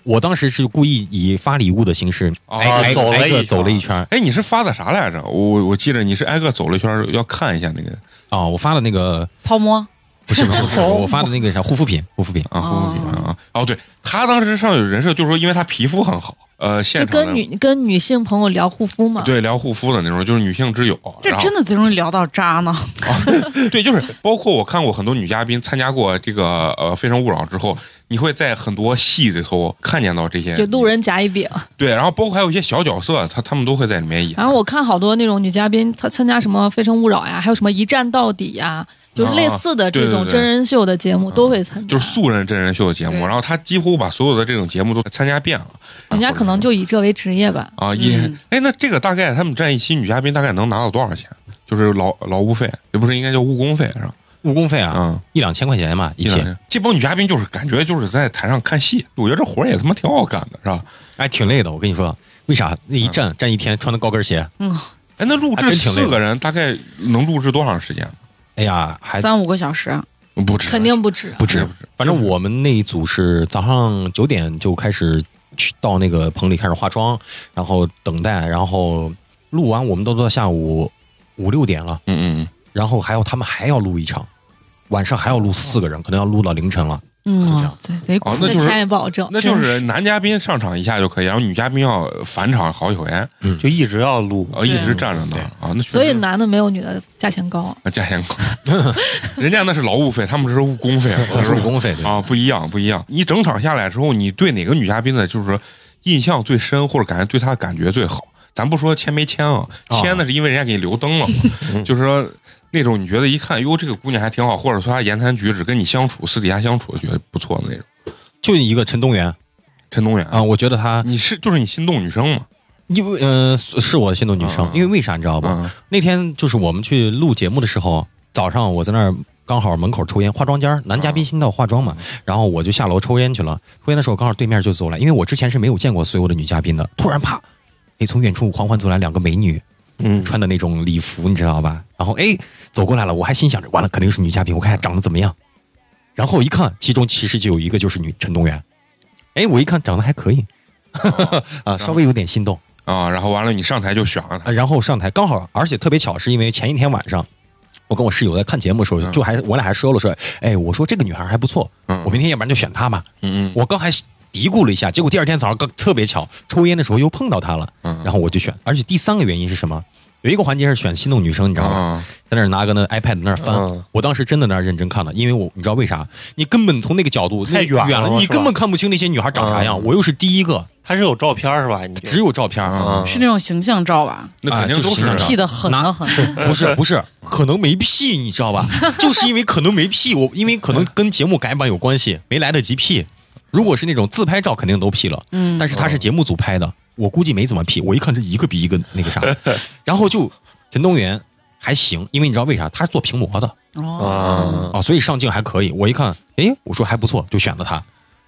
S6: 我当时是故意以发礼物的形式
S1: 啊
S6: 挨挨
S3: 哦走了
S6: 挨
S3: 一
S6: 个
S3: 圈啊
S6: 走了一圈
S1: 哎，你是发的啥来着？我我记着你是挨个走了一圈儿，要看一下那个
S6: 啊，我发了那个
S4: 泡沫
S6: 不是不是
S3: [LAUGHS]
S6: 不是，我发的那个啥护肤品护肤品，
S1: 啊，护肤品
S4: 哦
S1: 啊。哦，对他当时上有人设，就是说因为他皮肤很好，呃，现
S5: 就
S1: 场
S5: 跟
S1: 的
S5: 女跟女性朋友聊护肤嘛，
S1: 对聊护肤的那种，就是女性之友。
S4: 这
S1: 然后
S4: 真的贼容易聊到渣呢。
S1: 对，就是包括我看过很多女嘉宾参加过这个呃《非诚勿扰》之后，你会在很多戏里头看见到这些
S5: 就路人甲乙丙。
S1: 对，然后包括还有一些小角色，啊他他们都会在里面演。
S5: 然后我看好多那种女嘉宾，她参加什么《非诚勿扰》呀，还有什么《一站到底》呀，就是类似的这
S1: 啊对对
S5: 种
S1: 对嗯
S5: 真人秀的节目都会参加。
S1: 就是素人真人秀的节目，
S4: 对
S1: 然后他几乎把所有的这种节目都参加遍了。
S5: 人家可能就以这为职业吧。
S1: 啊也
S4: 嗯
S1: 哎，那这个大概他们站一期女嘉宾大概能拿到多少钱？就是劳劳务费，也不是应该叫误工费是吧？
S6: 误工费啊，
S1: 嗯，
S6: 一两千块钱嘛一
S1: 一两
S6: 天，
S1: 天。这帮女嘉宾就是感觉就是在台上看戏，我觉得这活儿也他妈挺好干的，是吧？
S6: 哎，挺累的。我跟你说，为啥
S3: 嗯
S6: 那一站站一天，穿的高跟鞋，
S4: 嗯，
S1: 哎，那录
S6: 还
S1: 制
S6: 真挺累
S1: 四
S6: 的
S1: 个人大概能录制多长时间？
S6: 哎呀，还
S4: 三五个小时，
S1: 不止，
S5: 肯定不止，
S6: 不止
S3: 嗯
S1: 不。止。
S6: 反正我们那一组是早上九点就开始去到那个棚里开始化妆，然后等待，然后录完，我们都到下午五六点了，
S1: 嗯嗯
S6: 然后还要他们还要录一场，晚上还要录四个人，可能要录到凌晨了。是这
S4: 嗯
S6: 样，
S4: 贼贼苦
S1: 哦。那就是
S5: 钱也不好挣
S1: 嗯，。那就是男嘉宾上场一下就可以，然后女嘉宾要返场好几回，
S3: 就一直要录。
S1: 呃，一直站着呢
S6: 对
S1: 啊。那确实
S5: 所以男的没有女的价钱高。
S1: 啊价钱高， [LAUGHS] 人家那是劳务费，他们这是误工
S6: [LAUGHS]
S1: 费，我
S6: 是
S1: 说
S6: 误工费对
S1: 啊，不一样，不一样。你整场下来之后，你对哪个女嘉宾的，就是说印象最深，或者感觉对她感觉最好？咱不说签没签啊，
S6: 啊
S1: 签那是因为人家给你留灯了嘛，
S6: [LAUGHS]
S1: 就是说那种你觉得一看，哟，这个姑娘还挺好，或者说她言谈举止跟你相处，私底下相处觉得不错的那种。
S6: 就一个陈东元
S1: 陈东远
S6: 啊，，我觉得他
S1: 你是就是你心动女生嘛？
S6: 因为呃是是我心动女生
S1: 嗯，
S6: 因为为啥你知道吧？
S1: 嗯
S6: 那天就是我们去录节目的时候，早上我在那儿刚好门口抽烟，化妆间儿男嘉宾新到化妆嘛，然后我就下楼抽烟去了。抽烟的时候刚好对面就走来，因为我之前是没有见过所有的女嘉宾的，突然啪，哎，从远处缓缓走来两个美女，
S3: 嗯，
S6: 穿的那种礼服，你知道吧？然后哎走过来了，我还心想着完了肯定是女嘉宾，我看她长得怎么样。然后一看，其中其实就有一个就是女陈东元，哎，我一看长得还可以， [LAUGHS] 啊，稍微有点心动。
S1: 啊，然后完了你上台就选了她
S6: 啊，然后上台刚好，而且特别巧，是因为前一天晚上，我跟我室友在看节目的时候，
S1: 嗯
S6: 就还我俩还说了说，哎，我说这个女孩还不错，
S1: 嗯
S6: 我明天要不然就选她吧。
S1: 嗯嗯
S6: 我刚还嘀咕了一下，结果第二天早上刚特别巧，抽烟的时候又碰到她了，
S1: 嗯，
S6: 然后我就选。而且第三个原因是什么？有一个环节是选心动女生，你知道吗？
S1: 啊
S6: 在那儿拿个那 iPad 在那儿翻，
S3: 嗯
S6: 我当时真的在那儿认真看了，因为我你知道为啥？你根本从那个角度
S3: 太
S6: 那
S3: 远了
S6: 远了，你
S3: 是吧
S6: 根本看不清那些女孩长啥样。
S3: 嗯
S6: 我又是第一个，
S3: 他是有照片是吧？你
S6: 只有照片。
S1: 啊，
S4: 是那种形象照吧？
S1: 那肯定
S6: 啊就
S1: 都
S6: 是
S1: 是
S6: 那样
S1: 啊
S4: P 的狠的很，
S6: 不是不是，可能没屁，你知道吧？就是因为可能没屁，我因为
S4: 嗯
S6: 可能跟节目改版有关系，没来得及 P。如果是那种自拍照，肯定都 P 了，
S4: 嗯
S6: 但，是他是节目组拍的，我估计没怎么 P。我一看这一个比一个那个啥，然后就陈东元还行，因为你知道为啥？他是做屏模的
S4: 哦，
S3: 啊，
S6: 啊，所以上镜还可以。我一看，诶，我说还不错，就选了他。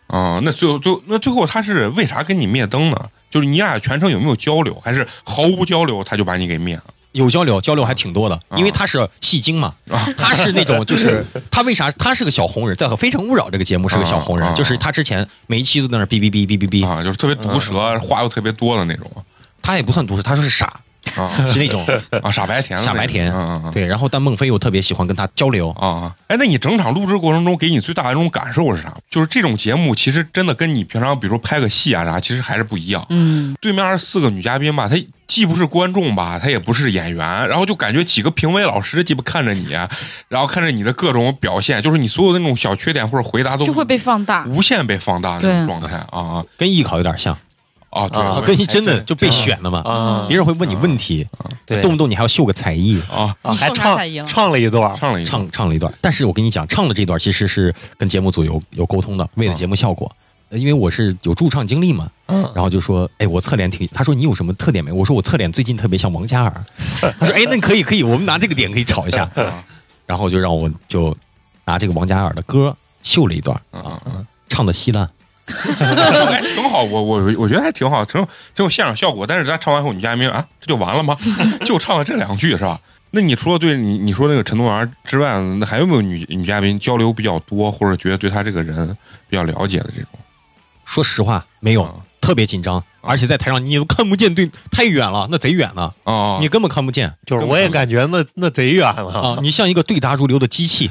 S1: 啊、那最后最后那最后他是为啥跟你灭灯呢？就是你俩全程有没有交流，还是毫无交流他就把你给灭了？
S6: 有交流，交流还挺多的，
S1: 啊
S6: 因为他是戏精嘛，他是那种
S1: [LAUGHS]
S6: 就是他为啥他是个小红人，在《非诚勿扰》这个节目是个小红
S1: 啊
S6: 人，
S1: 啊
S6: 就是他之前每一期都在那儿哔哔哔哔哔哔，嗯
S1: 啊，就是特别毒舌，话又特别多的那种。 [LAUGHS]
S6: 他也不算毒舌，他说是傻， [LAUGHS]
S1: 啊
S6: 是那种
S1: 啊，傻白甜了那种，
S6: 傻白甜
S1: 嗯嗯嗯，
S6: 对。然后但孟非又特别喜欢跟他交流，
S1: 啊啊！哎，那你整场录制过程中给你最大的这种感受是啥？就是这种节目其实真的跟你平常比如说拍个戏啊啥，其实还是不一样。
S4: 嗯，
S1: 对面二十四个女嘉宾吧，她既不是观众吧，她也不是演员，然后就感觉几个评委老师鸡巴看着你，啊然后看着你的各种表现，就是你所有的那种小缺点或者回答都
S4: 就会被放大。
S1: 无限被放大的那种
S4: 啊对
S1: 状态啊
S6: 跟艺考有点像，
S1: 啊啊！对，
S3: 啊
S1: 我也
S6: 跟艺真
S1: 哎
S6: 的
S1: 对
S6: 就被选了嘛。
S4: 嗯
S3: 啊
S6: 别人会问你问题，
S3: 对，
S6: 动不动你还要秀个才艺，
S1: 啊，
S3: 啊
S4: 你
S3: 还
S4: 受啥
S3: 唱
S4: 才艺了
S3: 唱了一
S4: [LAUGHS]
S3: 段儿，
S1: 唱了一嗯
S6: 唱唱了一段。但是我跟你讲，唱的这段其实是跟节目组有有沟通的，为了节目效果。呃因为我是有驻唱经历嘛，
S3: 嗯，
S6: 然后就说，哎，我侧脸挺，他说你有什么特点没？我说我侧脸最近特别像王嘉尔， [LAUGHS] 他说，哎，那可以可以，我们拿这个点可以吵一下，
S1: 啊
S3: [LAUGHS]
S6: 然后就让我就拿这个王嘉尔的歌秀了一段，
S1: 啊啊！
S6: 唱的稀烂，
S1: [LAUGHS] 还挺好，我我我觉得还挺好，挺有挺有现场效果。但是咱唱完后，女嘉宾啊，这就完了吗？ [LAUGHS] 就唱了这两句是吧？那你除了对你你说那个陈东元之外，那还有没有女女嘉宾交流比较多，或者觉得对她这个人比较了解的这种？
S6: 说实话没
S3: 嗯
S6: 有，
S1: 啊
S6: 特别紧张，而且在台上你都看不见，对，太远了，那贼远了，
S1: 啊，
S6: 你根本看不见
S3: 嗯就是我也感觉那那贼远了 [LAUGHS]
S6: 啊，你像一个对答如流的机器，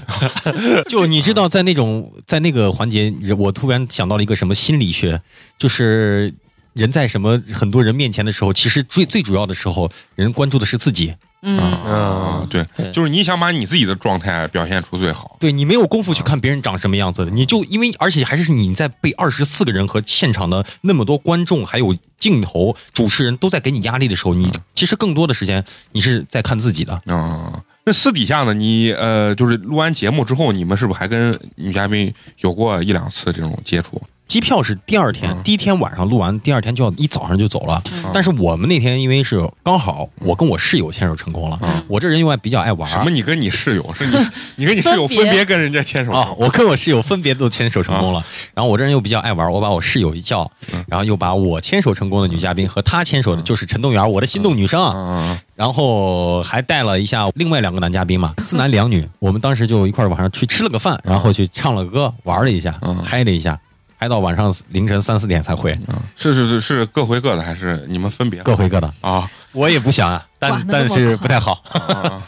S6: 就你知道在那种在那个环节，人我突然想到了一个什么心理学，就是人在什么很多人面前的时候，其实最最主要的时候，人关注的是自己，
S1: 啊
S4: 嗯，
S1: 啊啊，对，
S3: 对
S1: 就是你想把你自己的状态表现出最好。
S6: 对你没有功夫去看别人长什么样子的，你就因为而且还是你在被二十四个人和现场的那么多观众还有镜头主持人都在给你压力的时候，你其实更多的时间你是在看自己的。
S1: 啊，那私底下呢？你呃，就是录完节目之后，你们是不是还跟女嘉宾有过一两次这种接触？
S6: 机票是第二天，
S1: 嗯
S6: 第一天晚上录完，第二天就要一早上就走了。
S4: 嗯
S6: 但是我们那天因为是刚好我跟我室友牵手成功了，
S1: 嗯
S6: 我这人又爱比较爱玩儿
S1: 什么？你跟你室
S6: [LAUGHS]
S1: 友是你，你跟你室友
S5: 分别
S1: 分别跟人家牵手
S6: 啊，我跟我室友分别都牵手成功了，然后我这人又比较爱玩儿，我把我室友一叫
S1: 嗯，
S6: 然后又把我牵手成功的女嘉宾和她牵手的就是陈动员，我的心动女生啊，
S1: 啊
S6: 然后还带了一下另外两个男嘉宾嘛，
S1: 嗯
S6: 四男两女。我们当时就一块儿晚上去吃了个饭，然后去唱了歌，玩了一下
S1: 嗯，
S6: 嗨了一下，嗨到晚上凌晨三四点才回，
S1: 啊！是是是是各回各的，还是你们分别
S6: 各回各的。
S1: 啊？
S6: 我也不想啊，
S5: 哇
S6: 但
S5: 那这么
S6: 但是不太好。
S1: 啊啊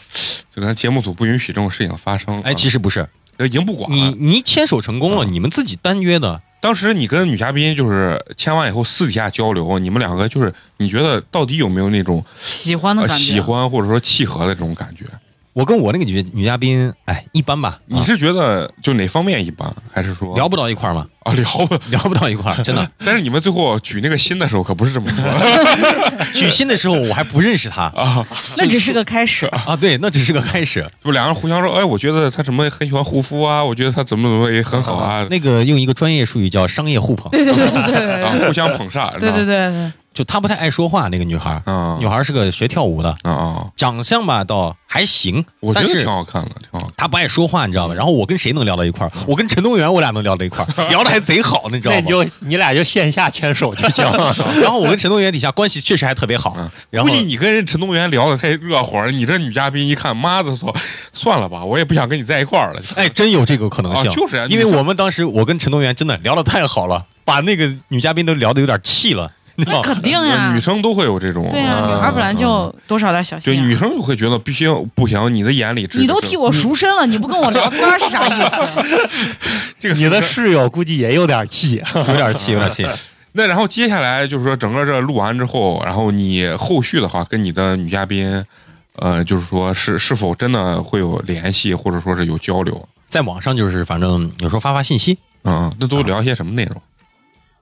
S1: 就可能节目组不允许这种事情发生。
S6: 哎，其
S1: 实
S6: 实不是，嗯
S1: 已经不管
S6: 你
S1: 了。
S6: 你牵手成功了，你们自己单约的，
S1: 当时你跟女嘉宾就是签完以后私底下交流，你们两个就是你觉得到底有没有那种
S4: 喜欢的
S1: 呃
S4: 感
S6: 啊
S4: 觉，
S1: 喜欢或者说契合的这种感觉？
S6: 我跟我那个女女嘉宾，哎，一般吧，
S1: 你
S6: 啊
S1: 是觉得就哪方面一般，还是说
S6: 聊不到一块儿嘛，
S1: 啊聊不？
S6: [LAUGHS] 聊不到一块 [LAUGHS] 儿，真的。
S1: 但是你们最后举那个心的时候可不是这么说的
S6: 举新的时候我还不认识她
S1: 啊，
S4: 那只是个开始。
S6: [LAUGHS] 啊，对，那只是个开始。
S1: 就两个人互相说，哎，我觉得他什么很喜欢护肤啊，我觉得他怎么怎么也很好啊，
S6: 那个用一个专业术语叫商业互捧，
S4: 对对对对对
S1: 啊，
S4: 对
S1: 互相捧杀，
S4: 对对对对，
S6: 就她不太爱说话，那个女孩儿，
S1: 啊
S6: 女孩儿是个学跳舞的，
S1: 啊啊！
S6: 长相吧倒还行，
S1: 我觉
S6: 但
S1: 得
S6: 是
S1: 挺好看的，挺好看
S6: 她不爱说话，你知道吗？然后我跟谁能聊到一块儿？我跟陈东元，我俩能聊到一块 [LAUGHS] 儿，聊的还贼好，你知道
S3: 那
S6: 吗
S3: 你？就你俩就线下牵
S1: [LAUGHS]
S3: 手就行。
S6: 然后我跟陈东元底下关系确实还特别好
S1: 嗯，
S6: 然
S1: 估
S6: 后
S1: 计你跟人陈东元聊的太热火了，你这女嘉宾一看，妈的操，算了吧，我也不想跟你在一块儿了。
S6: 哎，真有这个可能
S1: 啊，
S6: 性，
S1: 就是啊
S6: 因为
S1: 你
S6: 我们当时我跟陈东元真的聊的太好了，把那个女嘉宾都聊的有点气
S1: [LAUGHS]
S6: 了，你知道
S4: 那
S6: 吗？
S4: 肯定呀
S1: 女，生都会有这种，
S4: 啊
S1: 啊
S4: 对呀，女孩本来就多少有点小
S1: 对
S4: 心
S1: 女
S4: 眼。
S1: 生就会觉得必须不行，你的眼里只
S4: 你都替我赎身了，你不跟我聊天是啥意思？
S1: 这个
S3: 你的
S1: 是
S3: 室友估计也有点气，
S6: 有点气，有点气。
S1: 那然后接下来就是说，整个这录完之后，然后你后续的话跟你的女嘉宾，呃，就是说是是否真的会有联系，或者说是有交流？
S6: 在网上就是反正有时候发发信息，
S1: 嗯，那都聊些什么内容？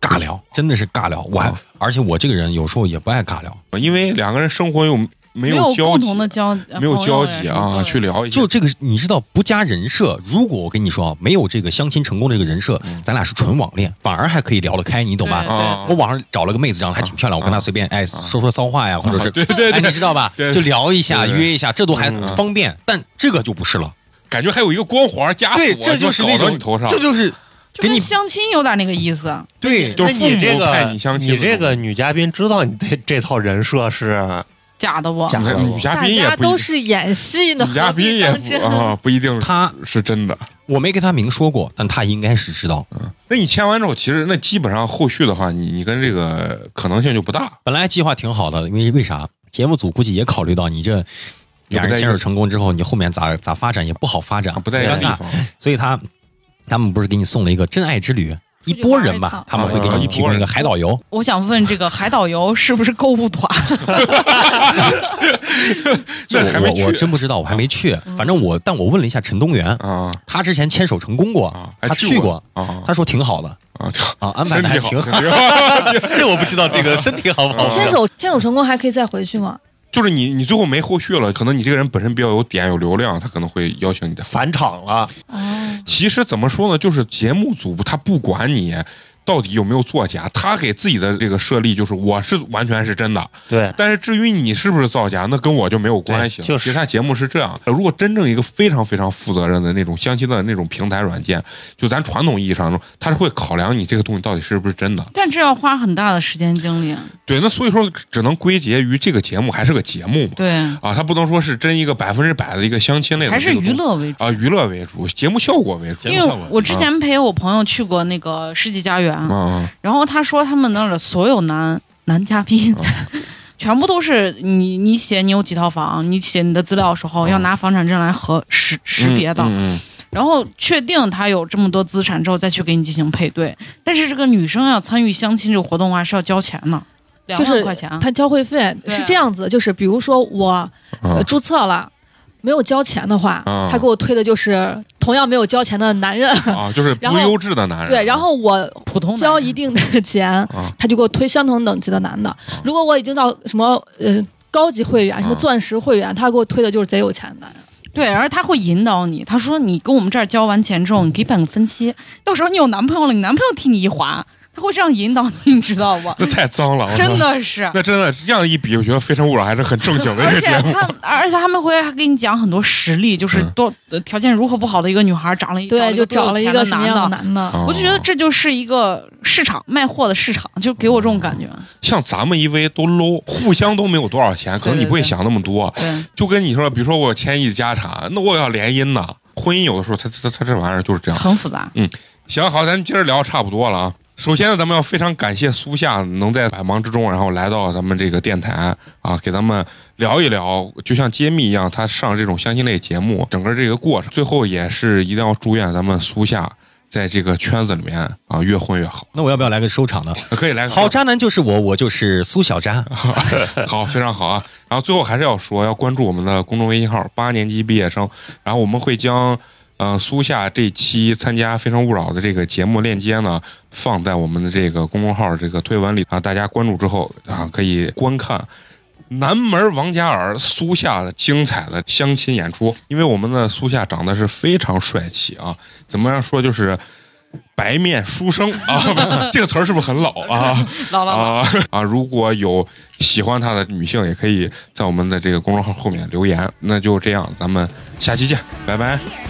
S6: 尬聊，真的是尬聊。我还
S1: 嗯哦嗯
S6: 而且我这个人有时候也不爱尬聊，
S1: 因为两个人生活又 [LAUGHS] 没
S4: 没有
S1: 交
S4: 共
S1: 集
S4: 同，的交，
S6: 呃
S1: 没有交集
S6: 哎
S1: 啊，去
S4: 聊。
S1: 聊一下
S6: 就这个你知道不加人设，如果我跟你说啊，没有这个相亲成功这个人设，
S1: 嗯
S6: 咱俩是纯网恋，反而还可以聊得开，你懂吧？
S4: 对
S1: 啊
S6: 我，网上找了个妹子，长得还挺漂亮，
S1: 嗯
S6: 我跟她随便哎说说骚话呀，或者是
S1: 啊对对
S6: 哎你
S1: 对，
S6: 知道吧，
S1: 对
S6: 就聊一下
S1: 对
S6: 约一下，这都还
S1: 嗯
S6: 方便，但这个就不是了。
S1: 感觉还有一个光环加
S6: 对，
S1: 锁
S6: 这就是那
S1: 搞到
S6: 种
S1: 你头上，
S6: 这就是
S4: 就
S6: 给
S4: 跟
S6: 你
S4: 相亲有点那个意思，
S6: 对
S1: 就是
S3: 那你
S1: 父母
S3: 这
S1: 派
S3: 个
S1: 你相亲的
S3: 这
S1: 时候
S3: 个女嘉宾知道你这这套人设是
S4: 假的不？
S3: 假的
S1: 女嘉
S5: 大
S1: 宾也
S5: 家
S1: 不一
S5: 都是演戏呢，
S1: 女嘉
S5: 何必
S1: 宾也
S5: 当
S1: 不
S5: [LAUGHS] 真？
S1: 啊，不一定
S6: 他
S1: 是真的。
S6: 我没跟他明说过，但他应该是知道。
S1: 那你签完之后，其实那基本上后续的话，你你跟这个可能性就不大。
S6: 本来计划挺好的，因为为啥？节目组估计也考虑到你这
S1: 也
S6: 俩
S1: 不
S6: 人
S1: 在一
S6: 牵
S1: 个
S6: 手成功之后，你后面咋咋发展也不好发展，
S1: 啊不在一个
S6: 尴
S1: 地
S6: 尬
S1: 方，
S6: 所以他他们不是给你送了一个真爱之旅，一波
S5: 出
S6: 人
S5: 去玩一趟
S6: 吧，他们会给
S1: 啊一
S6: 你
S1: 波
S6: 提供一个
S1: 人
S6: 海岛游，
S1: [LAUGHS]
S4: 我想问这个海岛游是不是购物团？
S6: [LAUGHS] 就
S1: 那还没
S6: 我
S1: [LAUGHS]
S6: 我
S1: 去
S6: 真不知道，我还没去。
S5: 嗯
S6: 反正我，但我问了一下陈东元，
S1: 啊
S6: 他之前牵手成功过
S1: 啊，，还
S6: 他去
S1: 过
S6: 过，
S1: 啊
S6: 他说挺好的 [LAUGHS]
S1: 啊，
S6: 啊，安排
S1: 身
S6: 的还
S1: 体好
S6: 挺，
S1: [LAUGHS]
S6: 好。这我不知道，这个身体好不好
S1: 啊
S5: 牵手牵手成功还可以再回去吗？
S1: 就是你你最后没后续了，可能你这个人本身比较有点有流量，他可能会邀请你再发。
S3: 返场了，
S5: 哦，
S1: 其实怎么说呢，就是节目组他不管你到底有没有作假，他给自己的这个设立就是我是完全是真的，
S3: 对，
S1: 但是至于你是不是造假，那跟我就没有关系了。
S3: 对就是
S1: 其实他节目是这样，如果真正一个非常非常负责任的那种相亲的那种平台软件，就咱传统意义上，他是会考量你这个东西到底是不是真的。
S4: 但这要花很大的时间精力。啊
S1: 对，那所以说只能归结于这个节目还是个节目嘛，
S4: 对，
S1: 啊，它不能说是真一个百分之百的一个相亲类的
S4: 还
S1: 这个东西，
S4: 是娱乐为主。
S1: 啊，娱乐为主，节目效果为主。
S4: 因为我
S1: 啊
S4: 之前陪我朋友去过那个世纪佳缘，
S1: 嗯，
S4: 然后他说他们那儿的所有男男嘉宾，
S1: 啊
S4: 全部都是你你写你有几套房，你写你的资料的时
S1: 嗯
S4: 候、要拿房产证来核识识别的，
S1: 嗯嗯
S4: 然后确定他有这么多资产之后再去给你进行配对。但是这个女生要参与相亲这个活动啊是要交钱的，两
S5: 就是
S4: 万块钱。
S5: 他交会费
S4: 啊对
S5: 是这样子，就是比如说我
S1: 嗯
S5: 呃注册了。没有交钱的话
S1: 啊，
S5: 他给我推的就是同样没有交钱的男人，
S1: 嗯啊，就是
S5: 然
S1: 不
S5: 后
S1: 优质的男人。
S5: 对，然后我
S4: 普通男人
S5: 交一定的钱
S1: 啊，
S5: 他就给我推相同等级的男的。如果我已经到什么呃高级会员、什么
S1: 啊？
S5: 钻石会员，他给我推的就是贼有钱的男人。
S4: 对，然后他会引导你，他说你跟我们这儿交完钱之后，你可以办个分期，到时候你有男朋友了，你男朋友替你一还，他会这样引导你， [LAUGHS] 你知道不
S1: 那太脏了，我操
S4: 真。的是。
S1: 那真的这样一比，我觉得《非诚勿扰》还是很正经的一
S4: 而
S1: 个
S4: 且
S1: 节目。
S4: 他，而且他们会还给你讲很多实例，就是
S1: 嗯
S4: 多、呃条件如何不好的一个女孩，长了一
S5: 对，就找了一个
S4: 多
S5: 什
S4: 有
S5: 么
S4: 钱
S5: 样
S4: 的
S5: 的
S4: 男的，
S5: 男的？
S1: 哦
S4: 我就觉得这就是一个市场卖货的市场，就给我这种感觉。
S1: 像咱们因为都 low，互相都没有多少钱，可能你不会想那么多。
S4: 对，
S1: 就跟你说，比如说我千亿家产，那我要联姻呐。婚姻有的时候，它它它这玩意儿就是这样。
S4: 很复杂。
S1: 行，好，咱今儿聊差不多了啊。首先呢，咱们要非常感谢苏夏能在百忙之中，然后来到咱们这个电台啊，给咱们聊一聊，就像揭秘一样，他上这种相亲类节目，整个这个过程。最后也是一定要祝愿咱们苏夏在这个圈子里面啊越混越好。
S6: 那我要不要来个收场的？
S1: 可以来个
S6: 好渣男就是我，我就是苏小渣。
S1: [LAUGHS] 好，非常好啊！然后最后还是要说，要关注我们的公众微信号“八年级毕业生”，然后我们会将呃苏夏这期参加《非诚勿扰》的这个节目链接呢，放在我们的这个公众号这个推文里啊，大家关注之后啊，可以观看。南门王嘉尔苏夏的精彩的相亲演出，因为我们的苏夏长得是非常帅气啊，怎么样说就是白面书生啊， [LAUGHS] 这个词儿是不是很老啊？
S4: 老了，
S1: 啊 [LAUGHS] 啊！如果有喜欢他的女性，也可以在我们的这个公众号后面留言。那就这样，咱们下期见，拜拜。
S7: 「